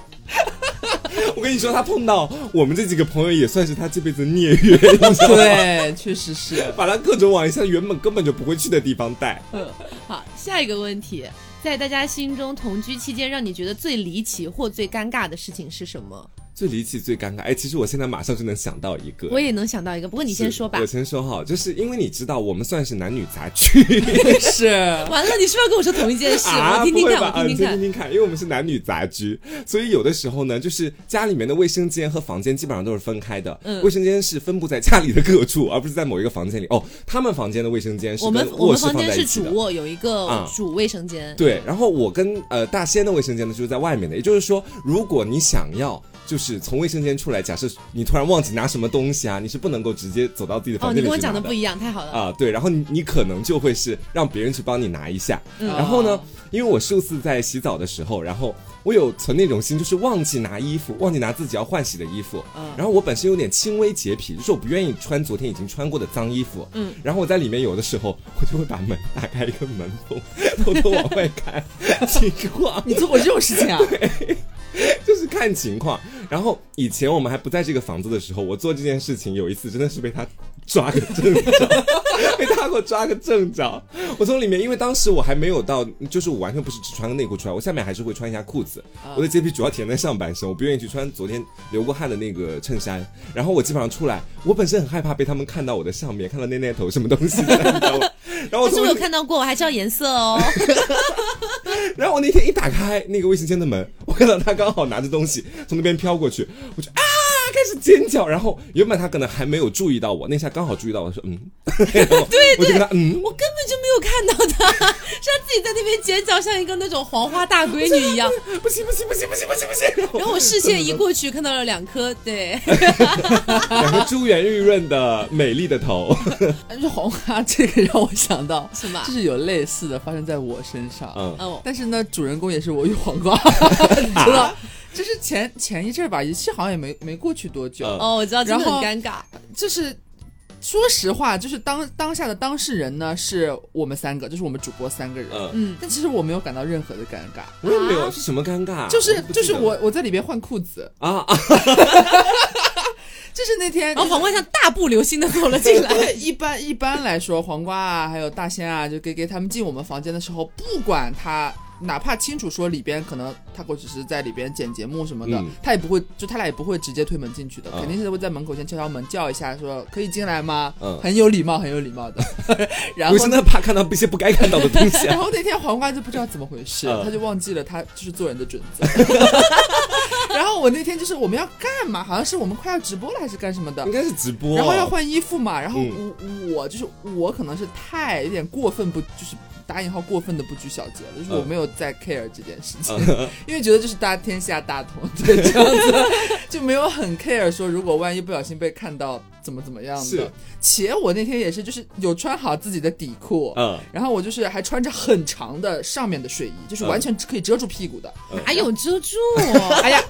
我跟你说，他碰到我们这几个朋友也算是他这辈子孽缘，你知道吗？ 对，确实是。把他各种往一些原本根本就不会去的地方带。 好，下一个问题，在大家心中同居期间，让你觉得最离奇或最尴尬的事情是什么？最离奇、最尴尬。哎，其实我现在马上就能想到一个，我也能想到一个，不过你先说吧我。先说哈，就是因为你知道，我们算是男女杂居是完了，你 是不是要跟我说同一件事？啊，我听不听会看，吧？啊我你听听先看听。听看，因为我们是男女杂居，所以有的时候呢，就是家里面的卫生间和房间基本上都是分开的。嗯卫生间是分布在家里的各处，而不是在某一个房间里。哦，他们房间的卫生间是我们跟我卧们室房放间在是一起主的。卧，有一个啊主卫生间。对，然后我跟呃大仙的卫生间呢，就是在外面的。也就是说，如果你想要就是从卫生间出来，假设你突然忘记拿什么东西啊，你是不能够直接走到自己的哦，房你间里跟我去拿讲的不一样，太好了。啊、对，然后你你可能就会是让别人去帮你拿一下，嗯然后呢，因为我数次在洗澡的时候，然后我有存那种心，就是忘记拿衣服，忘记拿自己要换洗的衣服，嗯然后我本身有点轻微洁癖，就是我不愿意穿昨天已经穿过的脏衣服，嗯，然后我在里面有的时候，我就会把门打开一个门缝，偷偷往外看 情况，你做过这种事情 啊？就是看情况。然后以前我们还不在这个房子的时候，我做这件事情有一次真的是被他抓个正着，被他给我抓个正着。我从里面，因为当时我还没有到，就是我完全不是只穿个内裤出来，我下面还是会穿一下裤子。啊我的洁癖主要体现在上半身，我不愿意去穿昨天流过汗的那个衬衫。然后我基本上出来，我本身很害怕被他们看到我的上面，看到那那头什么东西在那头。哦然后我但是从我有看到过，我还知道颜色 哦。然后我那天一打开那个卫生间的门，我看到他刚好拿着东西从那边飘过去，我就啊开始尖叫。然后原本他可能还没有注意到我，那下刚好注意到我，说嗯，对对，我就跟他嗯，我根本就没有看到他， 是他自己在那边尖叫，像一个那种黄花大闺女 一样。不行不行不行不行不行不行。然后我视线一过去，看到了两颗，对，两个珠圆玉润的美丽的头，是黄花，哎这个让我想 到什么 就是有类似的发生在我身上。嗯哦，但是呢，主人公也是我与 黄瓜，你知道，就是前前一阵儿吧，也是好像也没没过去多久，嗯哦，我知道，真的很然后尴尬。就是。说实话，就是当当下的当事人呢，是我们三个，就是我们主播三个人。嗯，嗯，但其实我没有感到任何的尴尬，我也没有是什么尴尬，就是不记得就是我我在里边换裤子，啊啊，就是那天然后黄瓜像大步流星的走了进 来。对，一般一般来说，黄瓜啊，还有大仙啊，就给给他们进我们房间的时候，不管他。哪怕清楚说里边可能他狗只是在里边剪节目什么的，嗯他也不会，就他俩也不会直接推门进去的，嗯肯定是会在门口先敲敲门叫一下，说可以进来吗？嗯很有礼貌，很有礼貌 的。然我后真呢，的怕看到一些不该看到的东西啊然后那天黄瓜就不知道怎么回事，嗯他就忘记了他就是做人的准则。 然后我那天就是我们要干嘛？好像是我们快要直播了还是干什么的应？该是直播，啊然后要换衣服嘛，然后嗯我、我就是我可能是太有点过分不就是打引号过分的不拘小节了，就是我嗯没有在 care 这件事情，嗯 因为觉得就是大家天下大同， 对这样子就没有很 care 说如果万一不小心被看到怎么怎么样是的。且我那天也是就是有穿好自己的底裤。嗯，然后我就是还穿着很长的上面的睡衣，就是嗯完全可以遮住屁股的。哪有遮住？哎呀，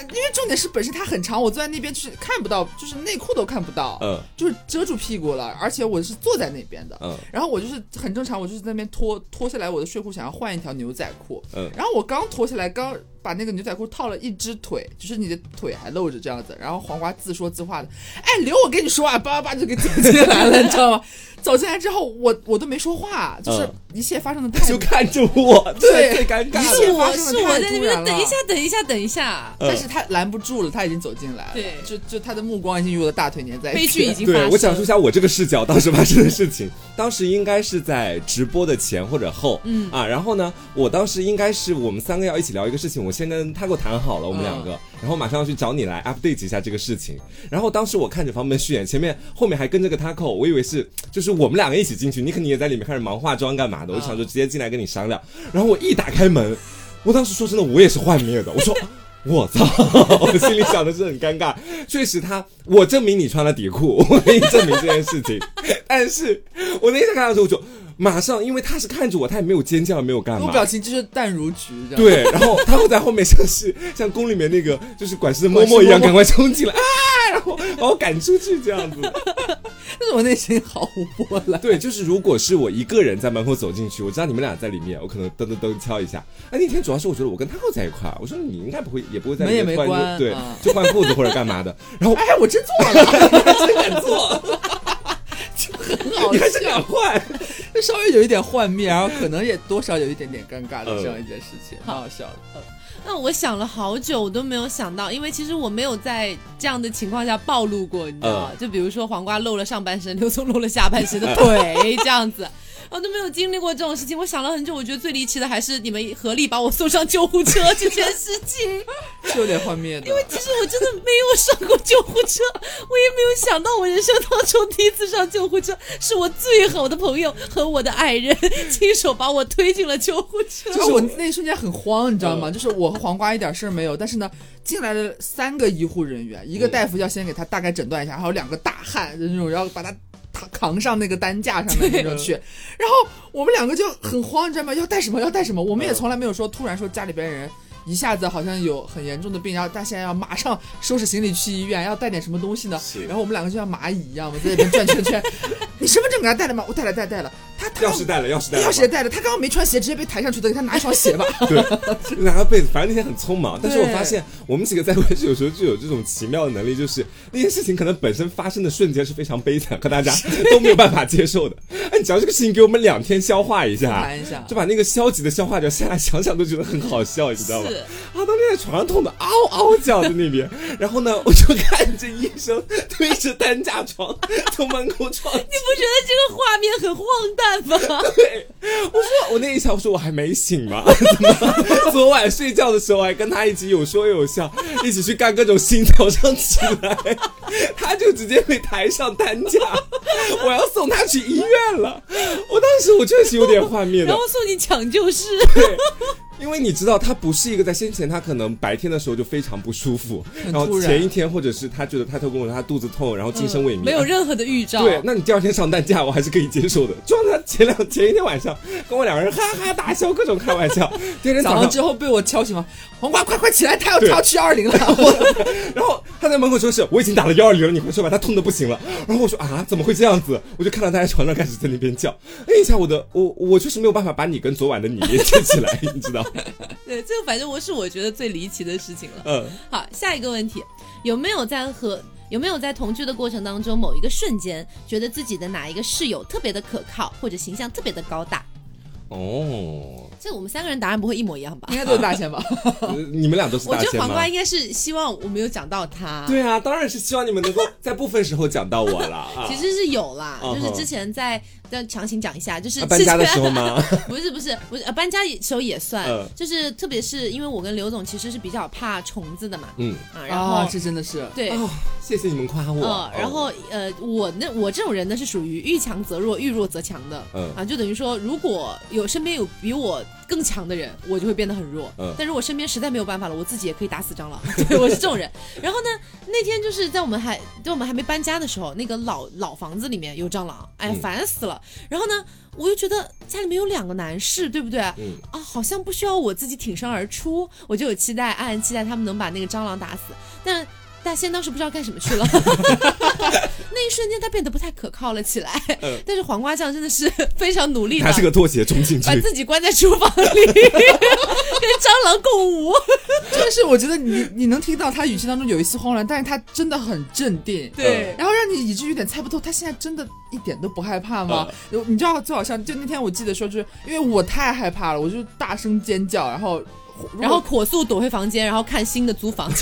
因为重点是本身它很长，我坐在那边就是看不到，就是内裤都看不到。嗯就是遮住屁股了，而且我是坐在那边的，嗯 然后我就是很正常，我就是在那边脱脱下来我的睡裤，想要换一条牛仔裤，嗯然后我刚脱下来，刚把那个牛仔裤套了一只腿，就是你的腿还露着这样子，然后黄瓜自说自话的，哎，刘，我跟你说啊，叭叭叭就给走进来了，你知 道吗？走进来之后，我我都没说话，就是嗯一切发生的太嗯，就看着我，对这最尴尬 一了切是发我生得是我在那太突然边了等一下，等一下，等一下，嗯但是他拦不住了，他已经走进来了，对就就他的目光已经与我的大腿粘在一起悲剧已了经发对，生。我讲述一下我这个视角当时发生的事情。当时应该是在直播的前或者后，嗯啊，然后呢，我当时应该是我们三个要一起聊一个事情，我先跟他给我谈好了，我嗯们两个，然后马上要去找你来 update 一下这个事情。然后当时我看着房门虚掩，前面后面还跟着个 taco，我以为是就是我们两个一起进去，你肯定也在里面开始忙化妆干嘛的，我嗯想说直接进来跟你商量。然后我一打开门，我当时说真的，我也是幻灭的，我说。 我操！我心里想的是很尴尬，确实他，我证明你穿了底裤， 我可以证明这件事情。 但是我那天看到的时候，我就马上，因为他是看着我，他也没有尖叫，没有干我嘛表。情就是淡如菊，这样。对，然后他会在后面像是 像宫里面那个就是管事的嬷嬷一样，管事嬷嬷赶快冲进来啊，然后把我赶出去这样子。但是 我内心毫无波澜。对，就是如果是我一个人在门口走进去，我知道你们俩在里面，我可能噔噔噔敲一下。哎，那天主要是我觉得我跟他浩在一块儿，我说你应该不会，也不会在门也里面没换关对啊，就换裤子或者干嘛的。然后哎，我 真做了，真敢做，很好你还真笑敢。换，会稍微有一点幻灭，然后可能也多少有一点点尴尬的嗯这样一件事情，蛮好笑的。那我想了好久，我都没有想到，因为其实我没有在这样的情况下暴露过，你知道嗯吗？就比如说黄瓜露了上半身，刘聪露了下半身的腿这样 子，我都没有经历过这种事情。我想了很久，我觉得最离奇的还是你们合力把我送上救护车这件事情。 是有点幻灭的，其实我真的没有上过救护车，我也没有想到我人生当中第一次上救护车，是我最好的朋友和我的爱人亲手把我推进了救护车。就是啊我那一瞬间很慌，你知道嗯吗？就是我和黄瓜一点事儿没有，但是呢，进来了三个医护人员，嗯一个大夫要先给他大概诊断一下，还有两个大汉就是那种要把他扛扛上那个担架上面那种去。然后我们两个就很慌，你知道吗？要带什么？要带什么？我嗯们也从来没有说突然说家里边人。一下子好像有很严重的病，然后大家现在要马上收拾行李去医院，要带点什么东西呢是？然后我们两个就像蚂蚁一样，我们在那边转圈圈。 你身份证给他带了吗？我带了，带带了。他他钥匙带了，钥匙带了，钥匙也带了，他刚刚没穿鞋，直接被抬上去的，给他拿一双鞋吧。 拿个被子，反正那天很匆忙。但是我对发现我们几个在关系有时候就有这种奇妙的能力，就是那件事情可能本身发生的瞬间是非常悲惨，和大家都没有办法接受的。哎，你只要这个事情给我们两天消化一下谈一下，就把那个消极的消化掉，现在想想都觉得很好笑，你知道吗？是啊，当天在床上痛的嗷嗷叫在那边，然后呢，我就看着医生推着担架床从门口闯进你不觉得这个画面很荒诞吗？ 对，我说我那一下，我说我还没醒吗？怎么 昨晚睡觉的时候还跟他一起有说有笑，一起去干各种心跳上起来，他就直接被抬上担架，我要送他去医院了。我当时我确实有点幻灭的然，后送你抢救室，对，因为你知道，他不是一个在先前他可能白天的时候就非常不舒服，然后突然前一天或者是他觉得他都跟我说他肚子痛，然后精神萎靡，啊没有任何的预兆。对，那你第二天上担架，我还是可以接受的。就像他前两前一天晚上跟我两个人哈哈大笑，各种开玩 笑。第二天早早上上，之后被我敲醒了，黄瓜，快快起来，他要对他要去幺二零了。我然后他在门口说是我已经打了幺二零了，你快说吧，他痛的不行了。然后我说啊，怎么会这样子？我就看到他在床上开始在那边叫。哎一下我的，我我确实没有办法把你跟昨晚的你连接起来，你 知道？对，这个反正我是我觉得最离奇的事情了。嗯，好，下一个问题，有没有在和有没有在同居的过程当中，某一个瞬间觉得自己的哪一个室友特别的可靠，或者形象特别的高大？哦，这我们三个人答案不会一模一样吧应？该都是大仙吧？呃你们俩都是我大觉得仙黄吗瓜？应该是希望我没有讲到他，对啊，当然是希望你们能够在部分时候讲到我了啊。 其实是有啦，嗯就是之前在要强行讲一下，就是啊搬家的时候吗？ 不是不是不是，呃搬家的时候也算，嗯就是特别是因为我跟刘总其实是比较怕虫子的嘛，嗯，啊，然后、啊，这真的是对。哦，谢谢你们夸我。嗯，然后呃，我那我这种人呢是属于遇强则弱，遇弱则强的，嗯啊，就等于说，如果有身边有比我更强的人，我就会变得很弱，嗯但如果身边实在没有办法了，我自己也可以打死蟑螂， 对，我是这种人。然后呢，那天就是在我们还在我们还没搬家的时候，那个老老房子里面有蟑螂，哎，嗯烦死了。然后呢，我就觉得家里面有两个男士，对不对？嗯啊，好像不需要我自己挺身而出，我就有期待，暗暗期待他们能把那个蟑螂打死。但大仙当时不知道干什么去 了，那一瞬间他变得不太可靠了起来。嗯但是黄瓜酱真的是非常努力的他，是个拖鞋冲进去 把，自己关在厨房里，跟蟑螂共舞。真的是，我觉得你你能听到他语气当中有一丝慌乱，但是他真的很镇定。对然后让你以至于有点猜不透，他现在真的一点都不害怕吗？有你知道最好笑，就那天我记得说，就是因为我太害怕了，我就大声尖叫，然后然后火速躲回房间，然后看新的租房。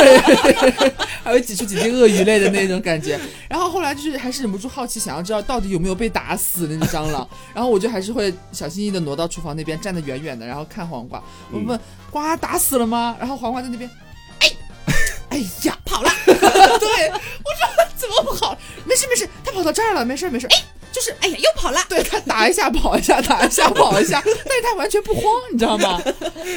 还会挤出几滴鳄鱼类的那种感觉。然后后来就是还是忍不住好奇，想要知道到底有没有被打死那只蟑螂。然后我就还是会小心翼翼的挪到厨房那边，站得远远的，然后看黄瓜。我问、瓜打死了吗？然后黄瓜在那边，哎，哎呀，跑了。 对，我说怎么跑？没事没事，它跑到这儿了，没事没事。哎。就是哎呀，又跑了。对它打一下跑一下打一下跑一下，但是它完全不慌，你知道吗？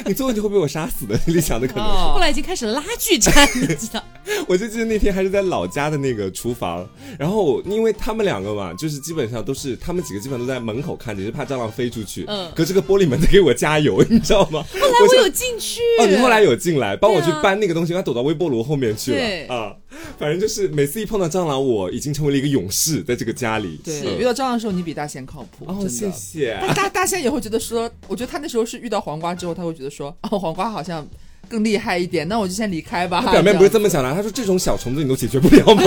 你最后就会被我杀死的。 你想的可能，后 哦，来已经开始拉锯战，你知道？我就记得那天还是在老家的那个厨房，然后因为他们两个嘛，就是基本上都是他们几个基本上都在门口看着，就怕蟑螂飞出去。嗯可这个玻璃门在给我加油， 你知道吗？后后来我有进去。哦，你后来有进来帮我去对啊搬那个东西，他躲到微波炉后面去对了啊。反正就是每次一碰到蟑螂，我已经成为了一个勇士，在这个家里。对，嗯遇到蟑螂的时候你比大仙靠谱。真哦，的谢谢。但 大大仙也会觉得说，我觉得他那时候是遇到黄瓜之后，他会觉得说，哦，黄瓜好像更厉害一点，那我就先离开吧。他表面不是这这么想的，他说这种小虫子你都解决不了吗？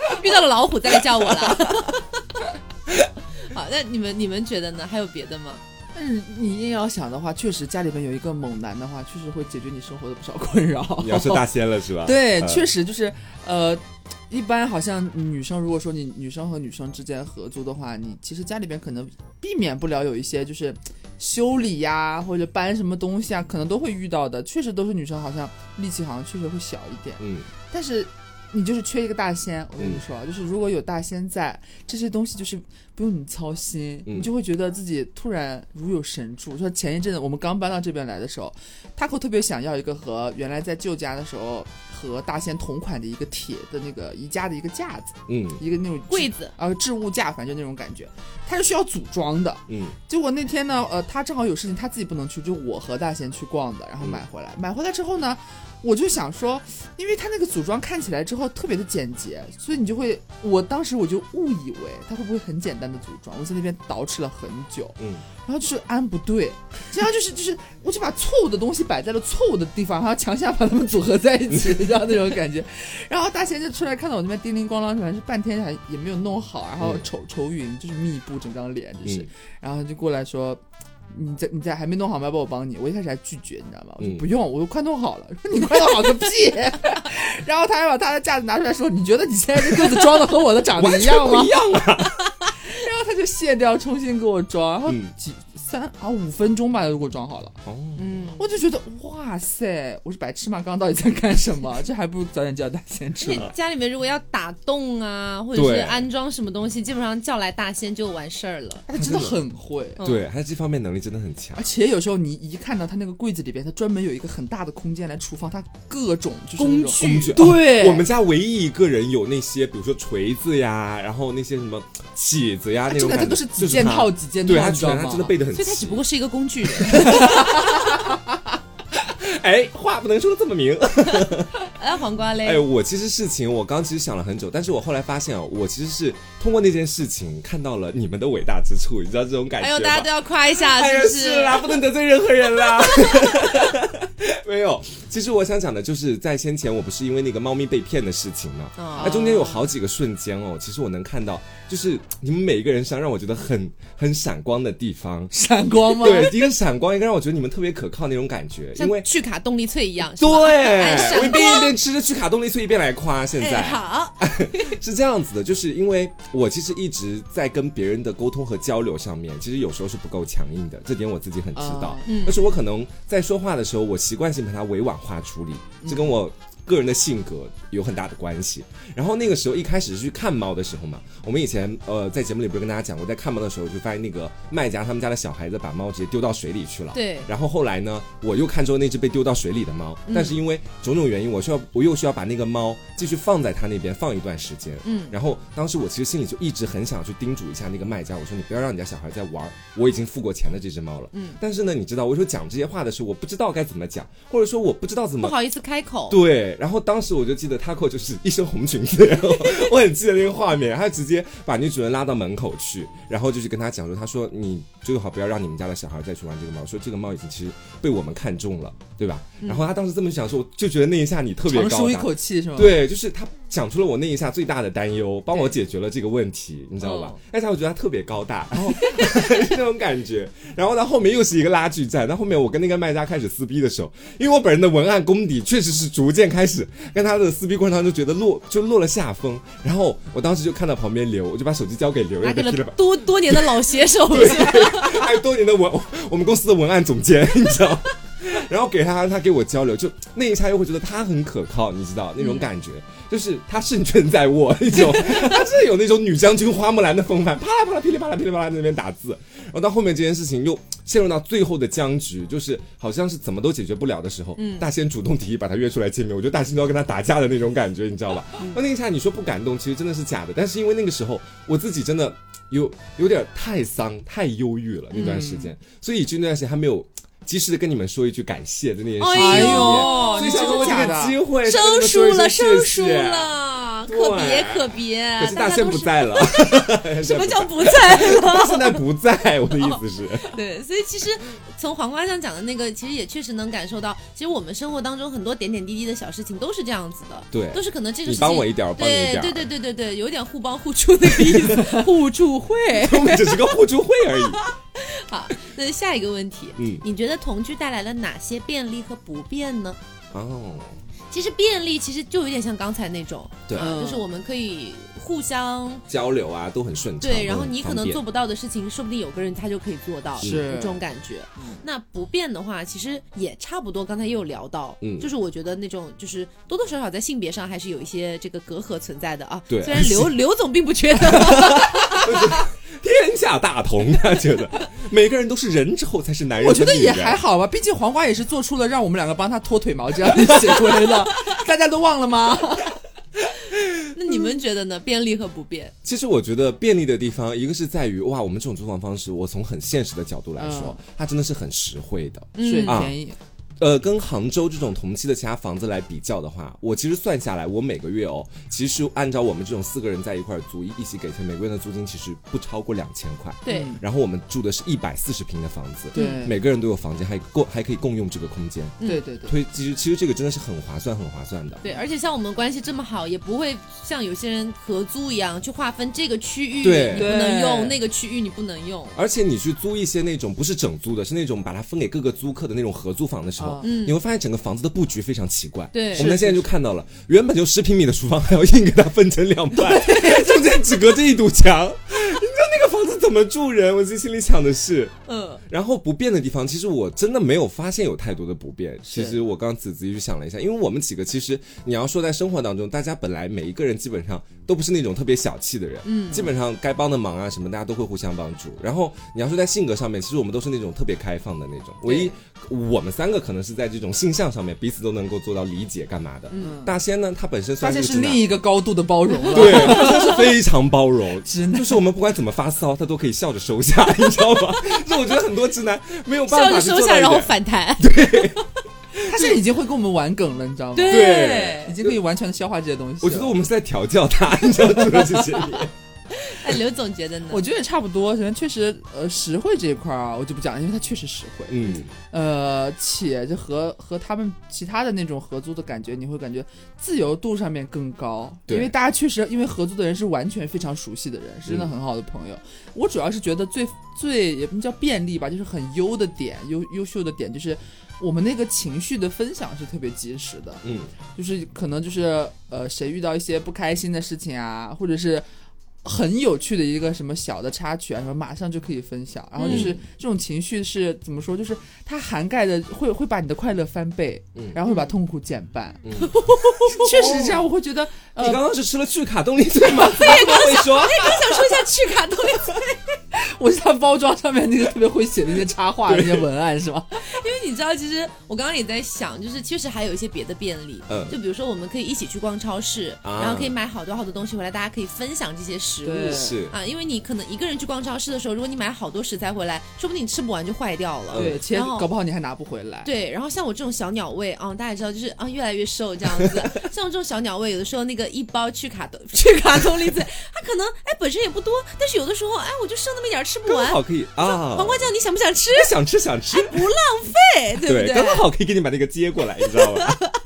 遇到了老虎再来叫我了。 好，那你们你们觉得呢？还有别的吗？但是你硬要想的话，确实家里边有一个猛男的话，确实会解决你生活的不少 困扰。你要是 大仙了是吧？对，嗯确实就是呃，一般好像女生如果说你女生和女生之间合租的话，你其实家里边可能避免不了有一些就是修理呀、或者搬什么东西啊，可能都会遇到的。确实都是女生好像力气好像确实会小一点，嗯，但是。你就是缺一个大仙，我跟你说，就是如果有大仙在，这些东西就是不用你操心，嗯你就会觉得自己突然如有神助。说前一阵子我们刚搬到这边来的时候，他可特别想要一个和原来在旧家的时候和大仙同款的一个铁的那个宜家的一个架子，嗯一个那种置柜子啊置物架，反正就那种感觉，它是需要组装的。嗯结果那天呢，呃，他正好有事情，他自己不能去，就我和大贤去逛的，然后买回嗯来。买回来之后呢，我就想说，因为他那个组装看起来之后特别的简洁，所以你就会，我当时我就误以为他会不会很简单的组装，我在那边捯饬了很久，嗯然后就是安不对，然后就是就是，我就把错误的东西摆在了错误的地方，然后强行把它们组合在一起， 你知道那种感觉。然后大贤就出来看到我那边叮铃咣啷，反正是半天还也没有弄好，然后嗯愁愁云就是密布整张脸，就是。嗯然后他就过来说。你在你在还没弄好吗？要不我帮你。我一开始还拒绝，你知道吗？我说嗯不用，我都快弄好了。说你快弄好个屁！ 然后他还把他的架子拿出来说：“你觉得你现在这个子装的和我的长得一样吗？” 一样啊！然后他就卸掉，重新给我装，然后嗯几、三啊五分钟吧，他就给我装好了。哦，嗯，我就觉得哇塞，我是白痴吗？刚刚到底在干什么？这还不如早点叫大仙而吃且 呢。家里面如果要打洞啊，或者是对安装什么东西，基本上叫来大仙就完事儿了。他真的很会。嗯对，他这方面能力真的很强而。且有时候你一看到他那个柜子里边，他专门有一个很大的空间来厨房，他各种就是那种工具工具啊对我们家唯一一个人有那些，比如说锤子呀，然后那些什么起子啊呀，那真种的感觉他都是几件套，几件就套，对他你知道全他吗？，真的背的很所以他只齐不过是一个工具人。 哎，话不能说的这么明。哎，黄瓜嘞，哎，我其实事情我刚其实想了很久，但是我后来发现哦，我其实是通过那件事情看到了你们的伟大之处，你知道这种感觉哎吗？呦，大家都要夸一下，是哎不呀，是啦，不能得罪任何人 啦。没有，其实我想讲的就是，在先前我不是因为那个猫咪被骗的事情嘛，哦那中间有好几个瞬间哦，其实我能看到，就是你们每一个人身上让我觉得很很闪光的地方闪光吗？对，一个闪光，一个让我觉得你们特别可靠那种感觉，因为像巨卡动力脆一样。是对，吧我闪一边一边吃着去卡动力脆，一边来夸，现在、哎，好，是这样子的，就是因为我其实一直在跟别人的沟通和交流上面，其实有时候是不够强硬的，这点我自己很 知道啊。嗯但是我可能在说话的时候，我习惯性把它委婉化处理，这跟我。个人的性格有很大的关系。然后那个时候一开始是去看猫的时候嘛，我们以前呃在节目里不是跟大家讲过，在看猫的时候就发现那个卖家他们家的小孩子把猫直接丢到水里去了。对然后后来呢，我又看中那只被丢到水里的猫，嗯但是因为种种原因，我需要我又需要把那个猫继续放在它那边放一段时间。嗯然后当时我其实心里就一直很想去叮嘱一下那个卖家，我说你不要让你家小孩再玩儿，我已经付过钱的这只猫了。嗯 但是呢，你知道，我说讲这些话的时候，我不知道该怎么讲，或者说我不知道怎不哦么。好意思开口。对，然后当时我就记得 Taco 就是一身红裙子，然后我很记得那个画面，他直接把女主人拉到门口去，然后就是跟他讲说，他说你最好不要让你们家的小孩再去玩这个猫，说这个猫已经其实被我们看中了，对吧？然后他当时这么想说，我就觉得那一下你特别高长大，舒一口气是吗？，对，就是他讲出了我那一下最大的担忧，帮我解决了这个问题，你知道吧哦？而且我觉得他特别高大，然后那种感觉。然后到后面又是一个拉锯战，到后面我跟那个卖家开始撕逼的时候，因为我本人的文案功底确实是逐渐开始跟他的撕逼过程当中觉得落就落了下风。然后我当时就看到旁边刘，我就把手机交给刘，拿让给他了噼里啪啦多多年的 老写手，对，还有哎多年的文，我们公司的文案总监，你知道。然后给他，他给我交流，就那一下又会觉得他很可靠，你知道那种感觉，就是他胜券在握那种， 他真的有那种女将军花木兰的风范，啪啦啪啦噼里啪啦噼里啪啦在那边打字，然后到后面这件事情又陷入到最后的僵局，就是好像是怎么都解决不了的时候，嗯大仙主动提议把他约出来见面，我觉得大仙都要跟他打架的那种感觉，你知道吧？嗯哦那那一下你说不感动，其实真的是假的，但是因为那个时候我自己真的有有点太丧、太忧郁了那段时间，嗯所以以至于那段时间还没有及时的跟你们说一句感谢的那件事情。哎哎呦呦，所以你想真通过 这的啊假个的？机会，生疏了，生疏谢谢。了。啊，可别可别。可是大大家仙都不是在了， 什么叫哦不在了？他现在不在？我的意思是，对，所以其实从黄瓜酱讲的那个，其实也确实能感受到，其实我们生活当中很多点点滴滴的小事情都是这样子的，对都是可能这个你事情帮我一点，我帮你一对点，对对，对对对，有点互帮互助那个意思，互助会。 我们只是个互助会而已。好，那下一个问题，嗯，你觉得同居带来了哪些便利和不便呢？哦，其实便利其实就有点像刚才那种，对啊嗯就是我们可以互相。交流啊都很顺畅，对，然都后很你可方能便做不到的事情，说不定有个人他就可以做到，是有这种感觉。嗯那不变的话，其实也差不多。刚才也有聊到，嗯就是我觉得那种就是多多少少在性别上还是有一些这个隔阂存在的啊。对虽然 刘刘总并不觉得，天下大同，他觉得 每个人都是人之后才是男人我和觉女人，得也还好吧，毕竟黄瓜也是做出了让我们两个帮他脱腿毛这样的行 为了，大家都忘了吗？那你们觉得呢？便利和不变，其实我觉得便利的地方，一个是在于哇，我们这种租房方式，我从很现实的角度来说，它真的是很实惠的。水嗯，啊便宜，呃，跟杭州这种同期的其他房子来比较的话，我其实算下来，我每个月哦，其实按照我们这种四个人在一块儿租，一一起给钱，每个月的租金其实不超过两千块。对，然后我们住的是一百四十平的房子，对每个人都有房间，还共还可以共用这个空间，对对对，所以其实其实这个真的是很划算，很划算的。对，而且像我们关系这么好，也不会像有些人合租一样去划分这个区域对你不能用，对那个区域你不能用。而且你去租一些那种不是整租的，是那种把它分给各个租客的那种合租房的时候啊，嗯你会发现整个房子的布局非常奇怪。对我们在是现在就看到了，原本就十平米的厨房，还要硬给它分成两半，中间只隔着一堵墙，你知道那个房子怎么住人？我自己心里想的是。嗯，然后不变的地方，其实我真的没有发现有太多的不变。其是实我刚仔仔细去想了一下，因为我们几个其实你要说在生活当中，大家本来每一个人基本上都不是那种特别小气的人，嗯，基本上该帮的忙啊什么，大家都会互相帮助。然后你要说在性格上面，其实我们都是那种特别开放的那种，唯一我们三个可能是在这种性向上面彼此都能够做到理解干嘛的。大仙呢，他本身虽发然现个是直另男一个高度的包容了。 对，他是非常包容，直男就是我们不管怎么发骚，他都可以笑着收下， 你知道吗？就我觉得很多直男没有办笑法着去收做到下，一然后点反弹。他现在已经会跟我们玩梗了，你知道吗？对已经可以完全的消化这些东西了。我觉得我们是在调教他，你知道吗？这些年，哎，刘总觉得呢？我觉得也差不多，反正确实，呃，实惠这一块儿啊，我就不讲了，因为它确实实惠。嗯，呃，且就和和他们其他的那种合租的感觉，你会感觉自由度上面更高，对因为大家确实因为合租的人是完全非常熟悉的人，是真的很好的朋友。我主要是觉得最最也不叫便利吧，就是很优的点，优优秀的点就是我们那个情绪的分享是特别及时的，嗯，就是可能就是呃谁遇到一些不开心的事情啊，或者是。很有趣的一个什么小的插曲啊，什么马上就可以分享，然后就是嗯这种情绪是怎么说？就是它涵盖的会会把你的快乐翻倍，嗯然后会把痛苦减半，嗯 确实是这样。我会觉得，你呃，刚刚是吃了去卡动力脆吗？怎么会说？哎想说一下去卡动力， 我是它包装上面那个特别会写的那些插画、那些文案是吧？因为你知道，其实我刚刚也在想，就是确实还有一些别的便利，嗯就比如说我们可以一起去逛超市，啊然后可以买好多好多东西回来，大家可以分享这些食物对。是，啊，因为你可能一个人去逛超市的时候，如果你买好多食材回来，说不定你吃不完就坏掉嗯了。对，且然后搞不好你还拿不回来。对，然后像我这种小鸟胃啊、大家也知道，就是啊、越来越瘦这样 子。像我这种小鸟胃，有的时候那个一包去卡的 去卡通粒子，它可能哎本身也不多，但是有的时候哎我就剩那么一点儿吃不刚完。 好可以啊，黄瓜酱，你想不想吃？想吃想吃，不浪费，对不对，刚刚好可以给你把那个接过来，你知道吗？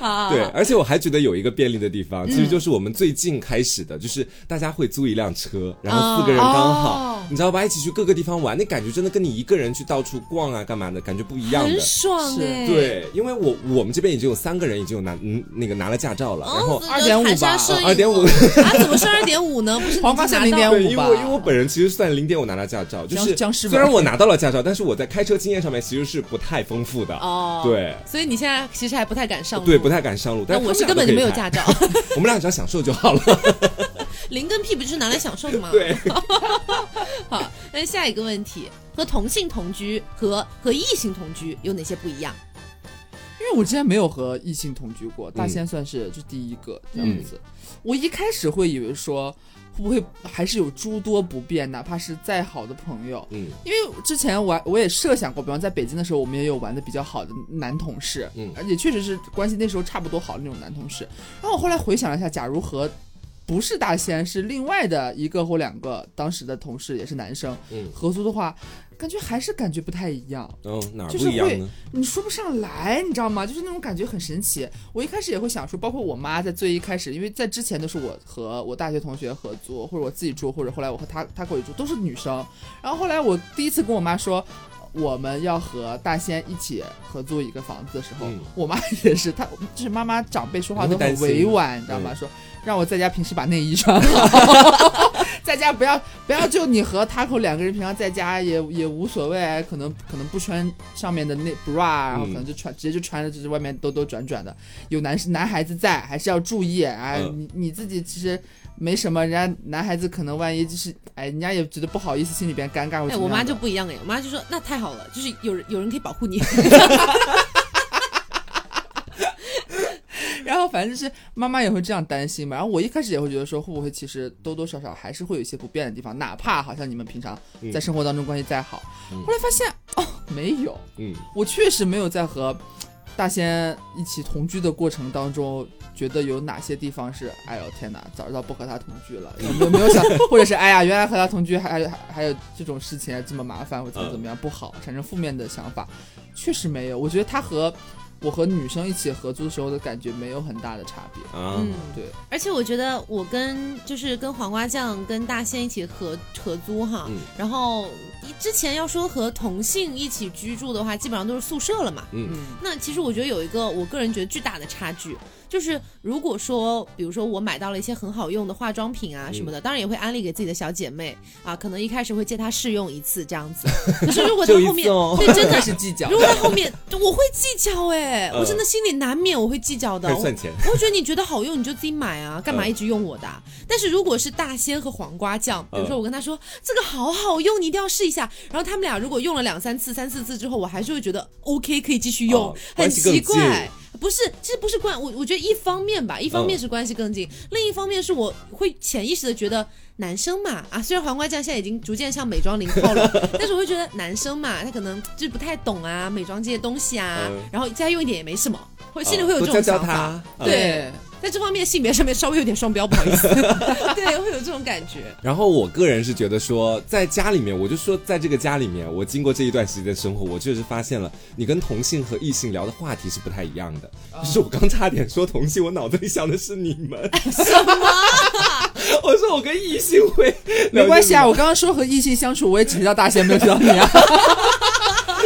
啊，嗯对，而且我还觉得有一个便利的地方，其实就是我们最近开始的，就是大家会租一辆车，然后四个人刚好哦，你知道吧，一起去各个地方玩，那感觉真的跟你一个人去到处逛啊、干嘛的感觉不一样很的。爽是哎、。对，因为我我们这边已经有三个人已经有拿嗯那个拿了驾照了，然后哦， 2.5吧二 点五，啊，怎么是二点五呢？不是黄瓜酱你已经拿到2.5对，因为吧哎我因为我本人其实算零点我拿了驾照，就僵是僵尸吧虽然我拿到了驾照，但是我在开车经验上面其实是不太丰富的，哦，，对所以你现在其实还不太敢上路，对，不。太敢上路。那但我是他根们本俩就都没有可以开驾， 照，我们俩只要享受就 好了。零跟屁不就是拿来享受的吗？。对，好，那下一个问题，和同性同居和和异性同居有哪些不一样？因为为我之前没有和异性同居过，大仙算是就第一个这样子。我一开始会以为说会不会还是有诸多不便，哪怕是再好的朋友，嗯因为之前我还我也设想过，比方在北京的时候，我们也有玩的比较好的男同事，嗯而且确实是关系那时候差不多好的那种男同事。然后我后来回想了一下，假如和不是大仙，是另外的一个或两个当时的同事也是男生嗯合租的话，感觉还是感觉不太一样。嗯，哪儿就是不一样会呢？你说不上来，你知道吗？就是那种感觉很神奇。我一开始也会想说，包括我妈在最一开始，因为在之前都是我和我大学同学合租，或者我自己住，或者后来我和她她跟我一起住，都是女生。然后后来我第一次跟我妈说。我们要和大仙一起合租一个房子的时候，嗯我妈也是，她就是妈妈长辈说话你都会担很心委婉，你知道吗？说让我在家平时把内衣 穿好，在家不要不要就你和 Taco 两个人平常在家也也无所谓，可能可能不穿上面的那嗯 bra，然后可能就穿、直接就穿着就是外面兜兜转转的。有男男孩子在还是要注意啊，嗯你你自己其实没什么，人家男孩子可能万一就是哎，人家也觉得不好意思，心里边尴尬或哎，者怎么样的。我妈就不一样哎，我妈就说那太好了，就是有人有人可以保护你。然后反正就是妈妈也会这样担心嘛。然后我一开始也会觉得说，会不会其实多多少少还是会有一些不便的地方，哪怕好像你们平常在生活当中关系再好，嗯后来发现哦，没有，嗯我确实没有在和大仙一起同居的过程当中，觉得有哪些地方是，哎呦天哪，早知道不和他同居 了，有没有想，或者是哎呀，原来和他同居还还还有这种事情这么麻烦，或怎么怎么嗯样不好，产生负面的想法，确实没有。我觉得他和我和女生一起合租的时候的感觉没有很大的差别。啊嗯，对，而且我觉得我跟就是跟黄瓜酱跟大仙一起合合租哈，嗯然后之前要说和同性一起居住的话，基本上都是宿舍了嘛。嗯那其实我觉得有一个我个人觉得巨大的差距，就是如果说，比如说我买到了一些很好用的化妆品啊什嗯么的，当然也会安利给自己的小姐妹啊，可能一开始会借她试用一次这样 子。可是如果她就一后面次哦对真 开的，始计较如。果她后面我会计较哎、嗯我真的心里难免我会计较的开。始我算钱， 我觉得你觉得好用你就自己买啊，干嘛嗯一直用我的啊、但是如果是大仙和黄瓜酱，嗯比如说我跟他说、这个好好用，你一定要试一下。然后他们俩如果用了两三次、三四次之后，我还是会觉得 OK 可以继续用，哦很关系更奇近怪。不是，这不是关我，我觉得一方面吧，一方嗯面是关系更近，另一方面是我会潜意识的觉得男生嘛啊，虽然黄瓜酱现在已经逐渐向美妆零靠 拢，但是我会觉得男生嘛，他可能就是不太懂啊美妆这些东西啊，嗯哦然后加用一点也没什么，会心里会有这啊多种教想教法。他，嗯对在这方面性别上面稍微有点双标，不好 意思。对，会有这种感觉。然后我个人是觉得说，在家里面，我就说在这个家里面，我经过这一段时间的生活，我确实发现了，你跟同性和异性聊的话题是不太一样的。啊就是我刚差点说同性，我脑子里想的是你们。什么？我说我跟异性会没关系啊，聊我刚刚说和异性相处，我也只提到大仙，没有提到你啊。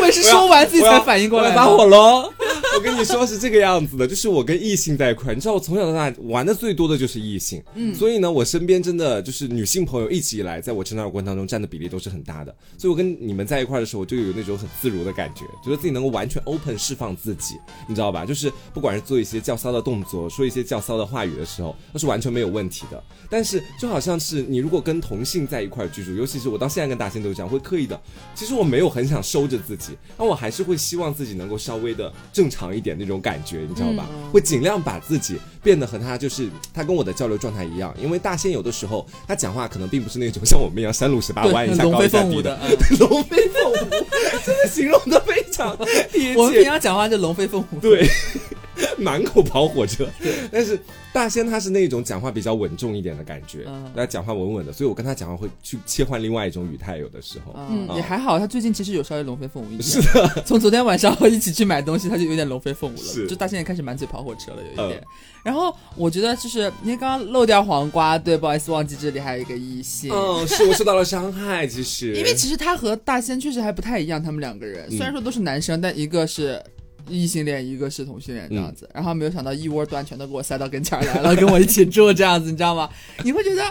我也是这个说完自己我要才反应过我来要的。打火喽。我跟你说是这个样子的，就是我跟异性在一块，你知道我从小到大玩的最多的就是异性，嗯，所以呢，我身边真的就是女性朋友一直以来在我成长的过程当中占的比例都是很大的，所以我跟你们在一块的时候，我就有那种很自如的感觉，觉得自己能够完全 open 释放自己，你知道吧？就是不管是做一些较骚的动作，说一些较骚的话语的时候，那是完全没有问题的。但是就好像是你如果跟同性在一块居住，尤其是我到现在跟大仙都是这样，会刻意的。其实我没有很想收着自己，但我还是会希望自己能够稍微的正常一点那种感觉，你知道嗯吧？会尽量把自己变得和他就是他跟我的交流状态一样，因为大仙有的时候他讲话可能并不是那种像我们一样山路十八对弯一下龙高飞一下凤舞低的嗯的， 龙飞凤舞，真的形容的非常贴我们切平。常讲话就龙飞凤舞。对，满口跑火车。但是大仙他是那种讲话比较稳重一点的感觉嗯，那、讲话稳稳的，所以我跟他讲话会去切换另外一种语态，有的时候。嗯，嗯也还好，他最近其实有稍微龙飞凤舞一点。是的，从昨天晚上一起去买东西，他就有点龙飞凤舞了，是就大仙也开始满嘴跑火车了，有一点。嗯然后我觉得就是因为刚刚漏掉黄瓜，对，不好意思，忘记这里还有一个异性。 嗯，是我受到了伤害，其实因为其实他和大仙确实还不太一样，他们两个人虽然说都是男生，但一个是异性恋，一个是同性恋这样子。然后没有想到一窝端全都给我塞到跟前儿来了，跟我一起住这样子，你知道吗？你会觉得，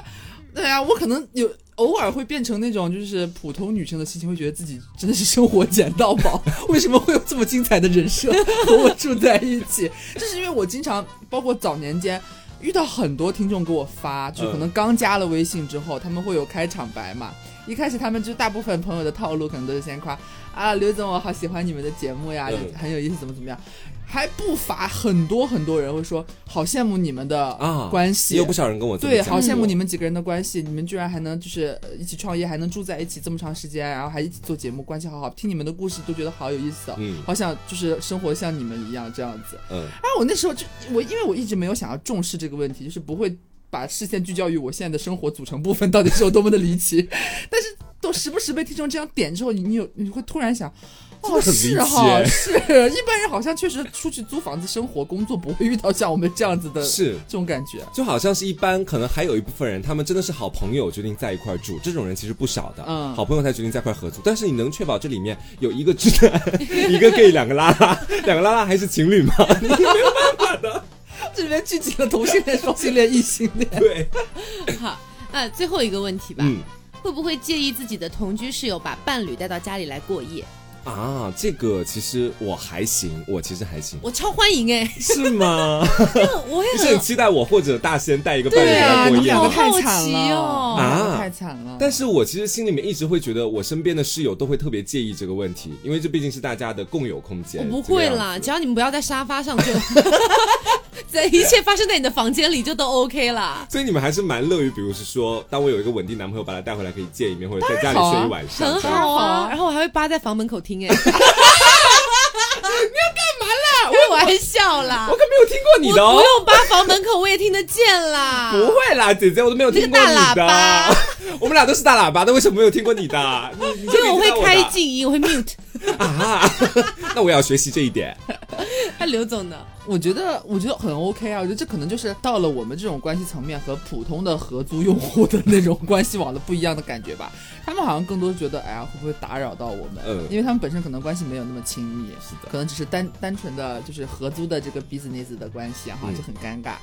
对啊，我可能有偶尔会变成那种就是普通女生的心情，会觉得自己真的是生活捡到宝，为什么会有这么精彩的人设和我住在一起？这是因为我经常，包括早年间。遇到很多听众给我发，就可能刚加了微信之后，他们会有开场白嘛，一开始他们就大部分朋友的套路可能都是先夸啊，刘总我好喜欢你们的节目呀，嗯很有意思，怎么怎么样，还不乏很多很多人会说好羡慕你们的啊关系，也有不少人跟我这么对，讲好羡慕过你们几个人的关系，你们居然还能就是呃一起创业，还能住在一起这么长时间，然后还一起做节目，关系好好，听你们的故事都觉得好有意思、哦，嗯好想就是生活像你们一样这样子。嗯啊，我那时候就我因为我一直没有想要重视这个问题，就是不会把视线聚焦于我现在的生活组成部分到底是有多么的离奇， 但是都时不时被听众这样点之后，你你有你会突然想。哦，真的很是离哈、奇是一般人好像确实出去租房子生活工作不会遇到像我们这样子的是。这种感觉。就好像是一般，可能还有一部分人，他们真的是好朋友决定在一块儿住，这种人其实不少的。嗯好朋友才决定在一块儿合租，但是你能确保这里面有一个直男， 一个 gay，两个拉拉，两个拉拉还是情侣 吗？这里面聚集了同性恋、双性恋、异性恋。对，好，啊，最后一个问题吧，嗯会不会介意自己的同居室友把伴侣带到家里来过夜？啊，这个其实我还行，我其实还 行，我超欢迎哎、是 吗？因为我也欸你是很很。期待我或者大仙带一个伴侣对啊来过你夜两吗个太惨了好好奇哦啊两个太惨了。但是我其实心里面一直会觉得，我身边的室友都会特别介意这个问题，因为这毕竟是大家的共有空间。哦我不会这个啦，样子只要你们不要在沙发 上就，在一切发生在你的房间里就都 OK 啦，所以你们还是蛮乐于，比如是说，当我有一个稳定男朋友，把他带回来可以见一面，或者在家里睡一晚上。很这样好好啊。啊然后我还会扒在房门口 听哎、你要干嘛啦？开玩笑啦，我可没有听过你的我哦不，用扒房门口，我也听得见啦。不会啦，姐姐，我都没有听过你你这个大的。 我们俩都是大喇叭，那为什么没有听过你的？你你因为我我会开静音，我会 mute。啊， 那我也要学习这一点。那刘总呢？我觉得，我觉得很 OK 啊。我觉得这可能就是到了我们这种关系层面和普通的合租用户的那种关系网的不一样的感觉吧。他们好像更多觉得，哎呀，会不会打扰到我们？嗯因为他们本身可能关系没有那么亲密，是的可能只是单单纯的就是合租的这个 business 的关系啊哈、嗯就很尴尬。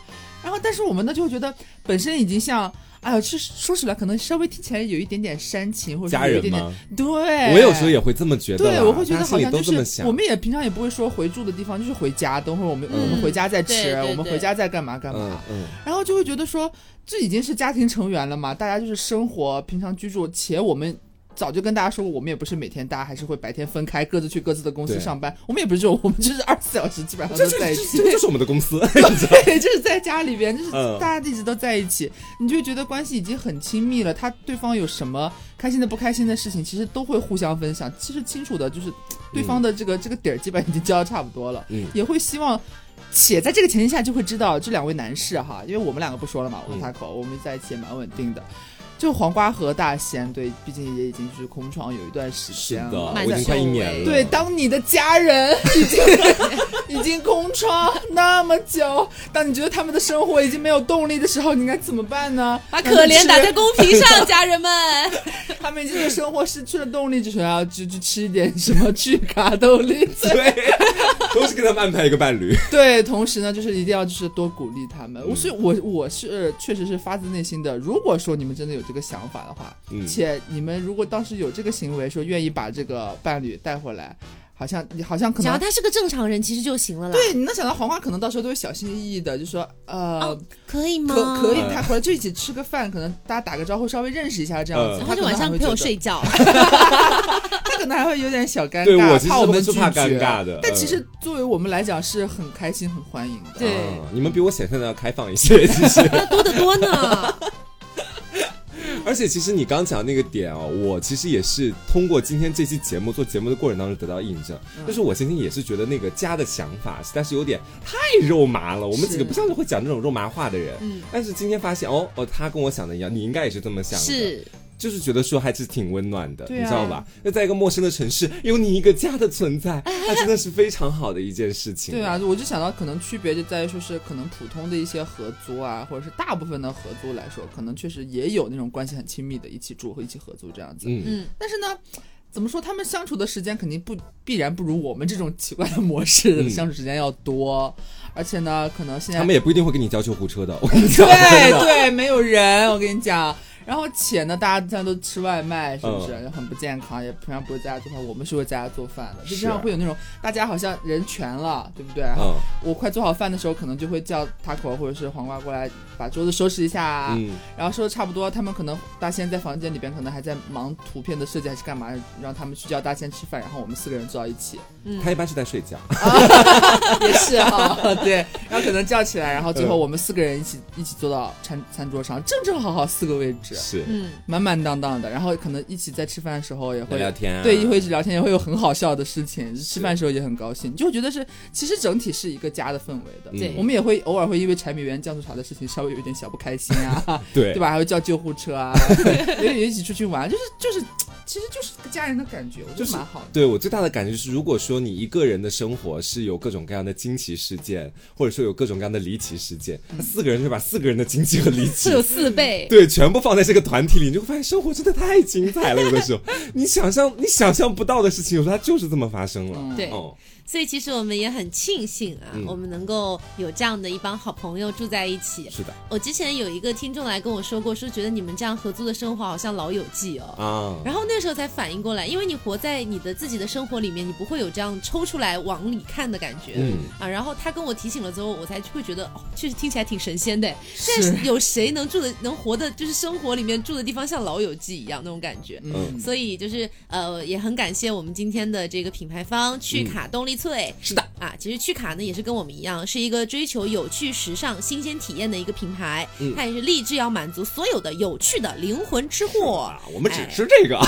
然后，但是我们呢就会觉得本身已经像，哎呦，是说起来可能稍微听起来有一点点煽情，或者家是有一人点点吗？对，我有时候也会这么觉得啦。对，我会觉得大家好心里像都就这么是想。我们也平常也不会说回住的地方，就是回家，等会儿我们、呃我们回家再吃，对对我们对回家再干嘛干嘛，嗯嗯，然后就会觉得说这已经是家庭成员了嘛，大家就是生活平常居住，且我们。早就跟大家说过，我们也不是每天，大家还是会白天分开，各自去各自的公司对上班。我们也不是这种，我们就是二十四小时基本上这都就在一这起。这就是我们的公司。对，就是在家里边，就是嗯大家一直都在一起，你就觉得关系已经很亲密了。他对方有什么开心的、不开心的事情，其实都会互相分享。其实清楚的，就是对方的这个、这个底儿，基本已经交的差不多了，嗯也会希望。且在这个前提下，就会知道这两位男士哈，因为我们两个不说了嘛，我和嗯他口、我们在一起也蛮稳定的。就黄瓜和大仙，对，毕竟也已经就是空窗有一段时是间的，了。我蛮已经快一久年哎了。对，当你的家人已经已经空窗那么久，当你觉得他们的生活已经没有动力的时候，你应该怎么办呢？把可怜打在让公屏上，家人们。 他们吃他们已经对生活失去了动力，就想要去去吃一点什么去卡 豆力。 对，都是给他们安排一个伴侣。对，同时呢，就是一定要就是多鼓励他们。我是我我是呃确实是发自内心的。如果说你们真的有这个想法的话，嗯且你们如果当时有这个行为，说愿意把这个伴侣带回来，好像好像可只能要他是个正常人，其实就行了啦。嗯对，你能想到黄瓜可能到时候都会小心翼翼的，就说呃，哦可以吗？可可以嗯，他回来就一起吃个饭，可能大家打个招呼，稍微认识一下这样嗯子。然他后就可晚能还上会陪我觉得睡，觉。他可能还会有点小尴尬，对我其实怕我们是怕拒绝尴尬的但嗯其实作为我们来讲是很开心、很欢迎的。对啊你们比我想象的要开放一些，其实。 要多得多呢。而且，其实你刚讲那个点哦，我其实也是通过今天这期节目做节目的过程当中得到印证，就是我今天也是觉得那个家的想法实在是有点太肉麻了。我们几个是不像是会讲这种肉麻话的人，嗯但是今天发现哦哦，他跟我想的一样，你应该也是这么想的，是，就是觉得说还是挺温暖的，对啊你知道吧？那在一个陌生的城市，有你一个家的存 在，它真的是非常好的一件事情。对啊，，我就想到可能区别就在于说是可能普通的一些合租啊，或者是大部分的合租来说，可能确实也有那种关系很亲密的，一起住和一起合租这样子。嗯，嗯，但是呢，怎么说，他们相处的时间肯定不必然不如我们这种奇怪的模式的嗯相处时间要多，而且呢，可能现在 他们也不一定会跟你叫救护车的，我跟你讲，真对的对，没有人，我跟你讲。然后且呢，大家现在都吃外卖，是不是？就很不健康，也平常不会在家做饭。我们是会啊在家做饭的，就经常会有那种大家好像人全了，对不对？然后嗯我快做好饭的时候，可能就会叫 taco 或者是黄瓜过来把桌子收拾一下啊。嗯，然后收拾差不多，他们可能大仙在房间里边可能还在忙图片的设计还是干嘛，让他们去叫大仙吃饭，然后我们四个人坐到一起，嗯他一般是在睡觉。也是啊， 对，然后可能叫起来，然后最后我们四个人一起一起坐到餐餐桌上，正正好好四个位置，是嗯，满满当当的，然后可能一起在吃饭的时候也聊会聊天啊，对，一会一直聊天，也会有很好笑的事情。吃饭的时候也很高兴，就会觉得是其实整体是一个家的氛围的。嗯对我们也会偶尔会因为柴米油盐酱醋茶的事情稍微有一点小不开心啊，对对吧？还会叫救护车啊，也也一起出去玩，就是就是，其实就是个家人的感觉，我觉就得是蛮好的。对我最大的感觉就是，如果说你一个人的生活是有各种各样的惊奇事件，或者说有各种各样的离奇事件，那四个人就把四个人的惊奇和离奇是有四倍。对，全部放在这个团体里，你就会发现生活真的太精彩了。有的 时候，你想象你想象不到的事情，有时候它就是这么发生了。对哦，所以其实我们也很庆幸啊，嗯我们能够有这样的一帮好朋友住在一起。是的我之前有一个听众来跟我说过，说觉得你们这样合租的生活好像《老友记》哦。啊，然后那时候才反应过来，因为你活在你的自己的生活里面，你不会有这样抽出来往里看的感觉、嗯啊。然后他跟我提醒了之后，我才会觉得，哦，确实听起来挺神仙的。但是是有谁能住的能活的，就是生活里面住的地方像《老友记》一样那种感觉？嗯嗯，所以就是呃，也很感谢我们今天的这个品牌方趣卡动力萃。嗯是的，啊，其实趣卡呢也是跟我们一样，是一个追求有趣、时尚、新鲜体验的一个品牌，嗯它也是立志要满足所有的有趣的灵魂 吃货。啊，我们只哎吃这个。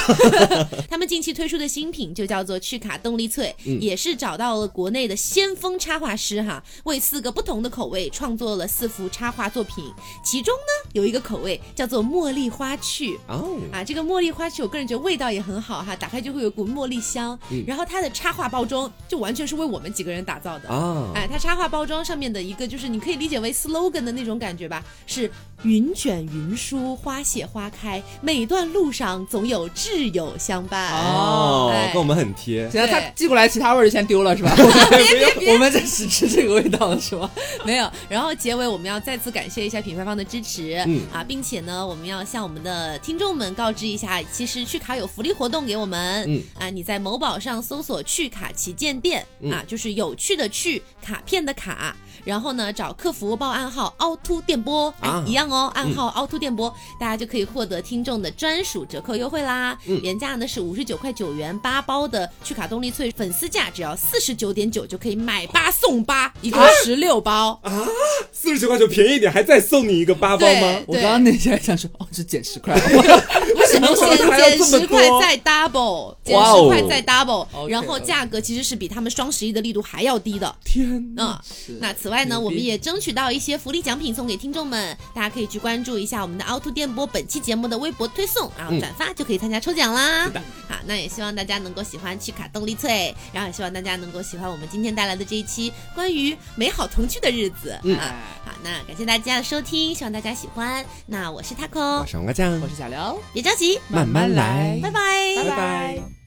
他们近期推出的新品就叫做趣卡动力萃，嗯也是找到了国内的先锋插画师哈，为四个不同的口味创作了四幅插画作品，其中呢有一个口味叫做茉莉花趣。哦，啊，这个茉莉花趣，我个人觉得味道也很好哈，打开就会有股茉莉香。嗯然后它的插画包装就完全是为我们几个人打造的。啊，哎，它插画包装上面的一个就是你可以理解为 slogan 的那种感觉吧，是云卷云舒，花谢花开，每段路上总有挚友相伴。哦哎，跟我们很贴。现在他对寄过来其他味儿先丢了是吧？我们在只吃这个味道了是吧？没有。然后结尾我们要再次感谢一下品牌方的支持，嗯啊，并且呢，我们要向我们的听众们告知一下，其实趣卡有福利活动给我们，嗯啊，你在某宝上搜索“趣卡旗舰店”，嗯啊，就是有趣的趣，卡片的卡。然后呢，找客服报暗号“凹凸电波”啊哎一样哦，暗号“凹凸电波”，大家就可以获得听众的专属折扣优惠啦。嗯原价呢是五十九块九元八包的趣卡动力萃粉丝价，只要四十九点九就可以买八送八，一共啊十六包。四十九块九便宜一点，还再送你一个八包吗对？我刚刚那天想说，哦，这减十块，我不是，能减还要减这么十块多再 double，减哇十哦块再 double，、 OK，然后 OK 价格其实是比他们双十一的力度还要低的。天呐，嗯，那此外呢，牛逼我们也争取到一些福利奖品送给听众们，大家可以去关注一下我们的凹凸电波本期节目的微博推送，然后嗯转发就可以参加抽奖啦。是的好，那也希望大家能够喜欢趣卡动力萃，然后也希望大家能够喜欢我们今天带来的这一期关于美好同居的日子、嗯啊。好，那感谢大家的收听，希望大家喜欢。那我是 taco，上个酱我是小刘，别着急，慢慢来拜拜拜拜。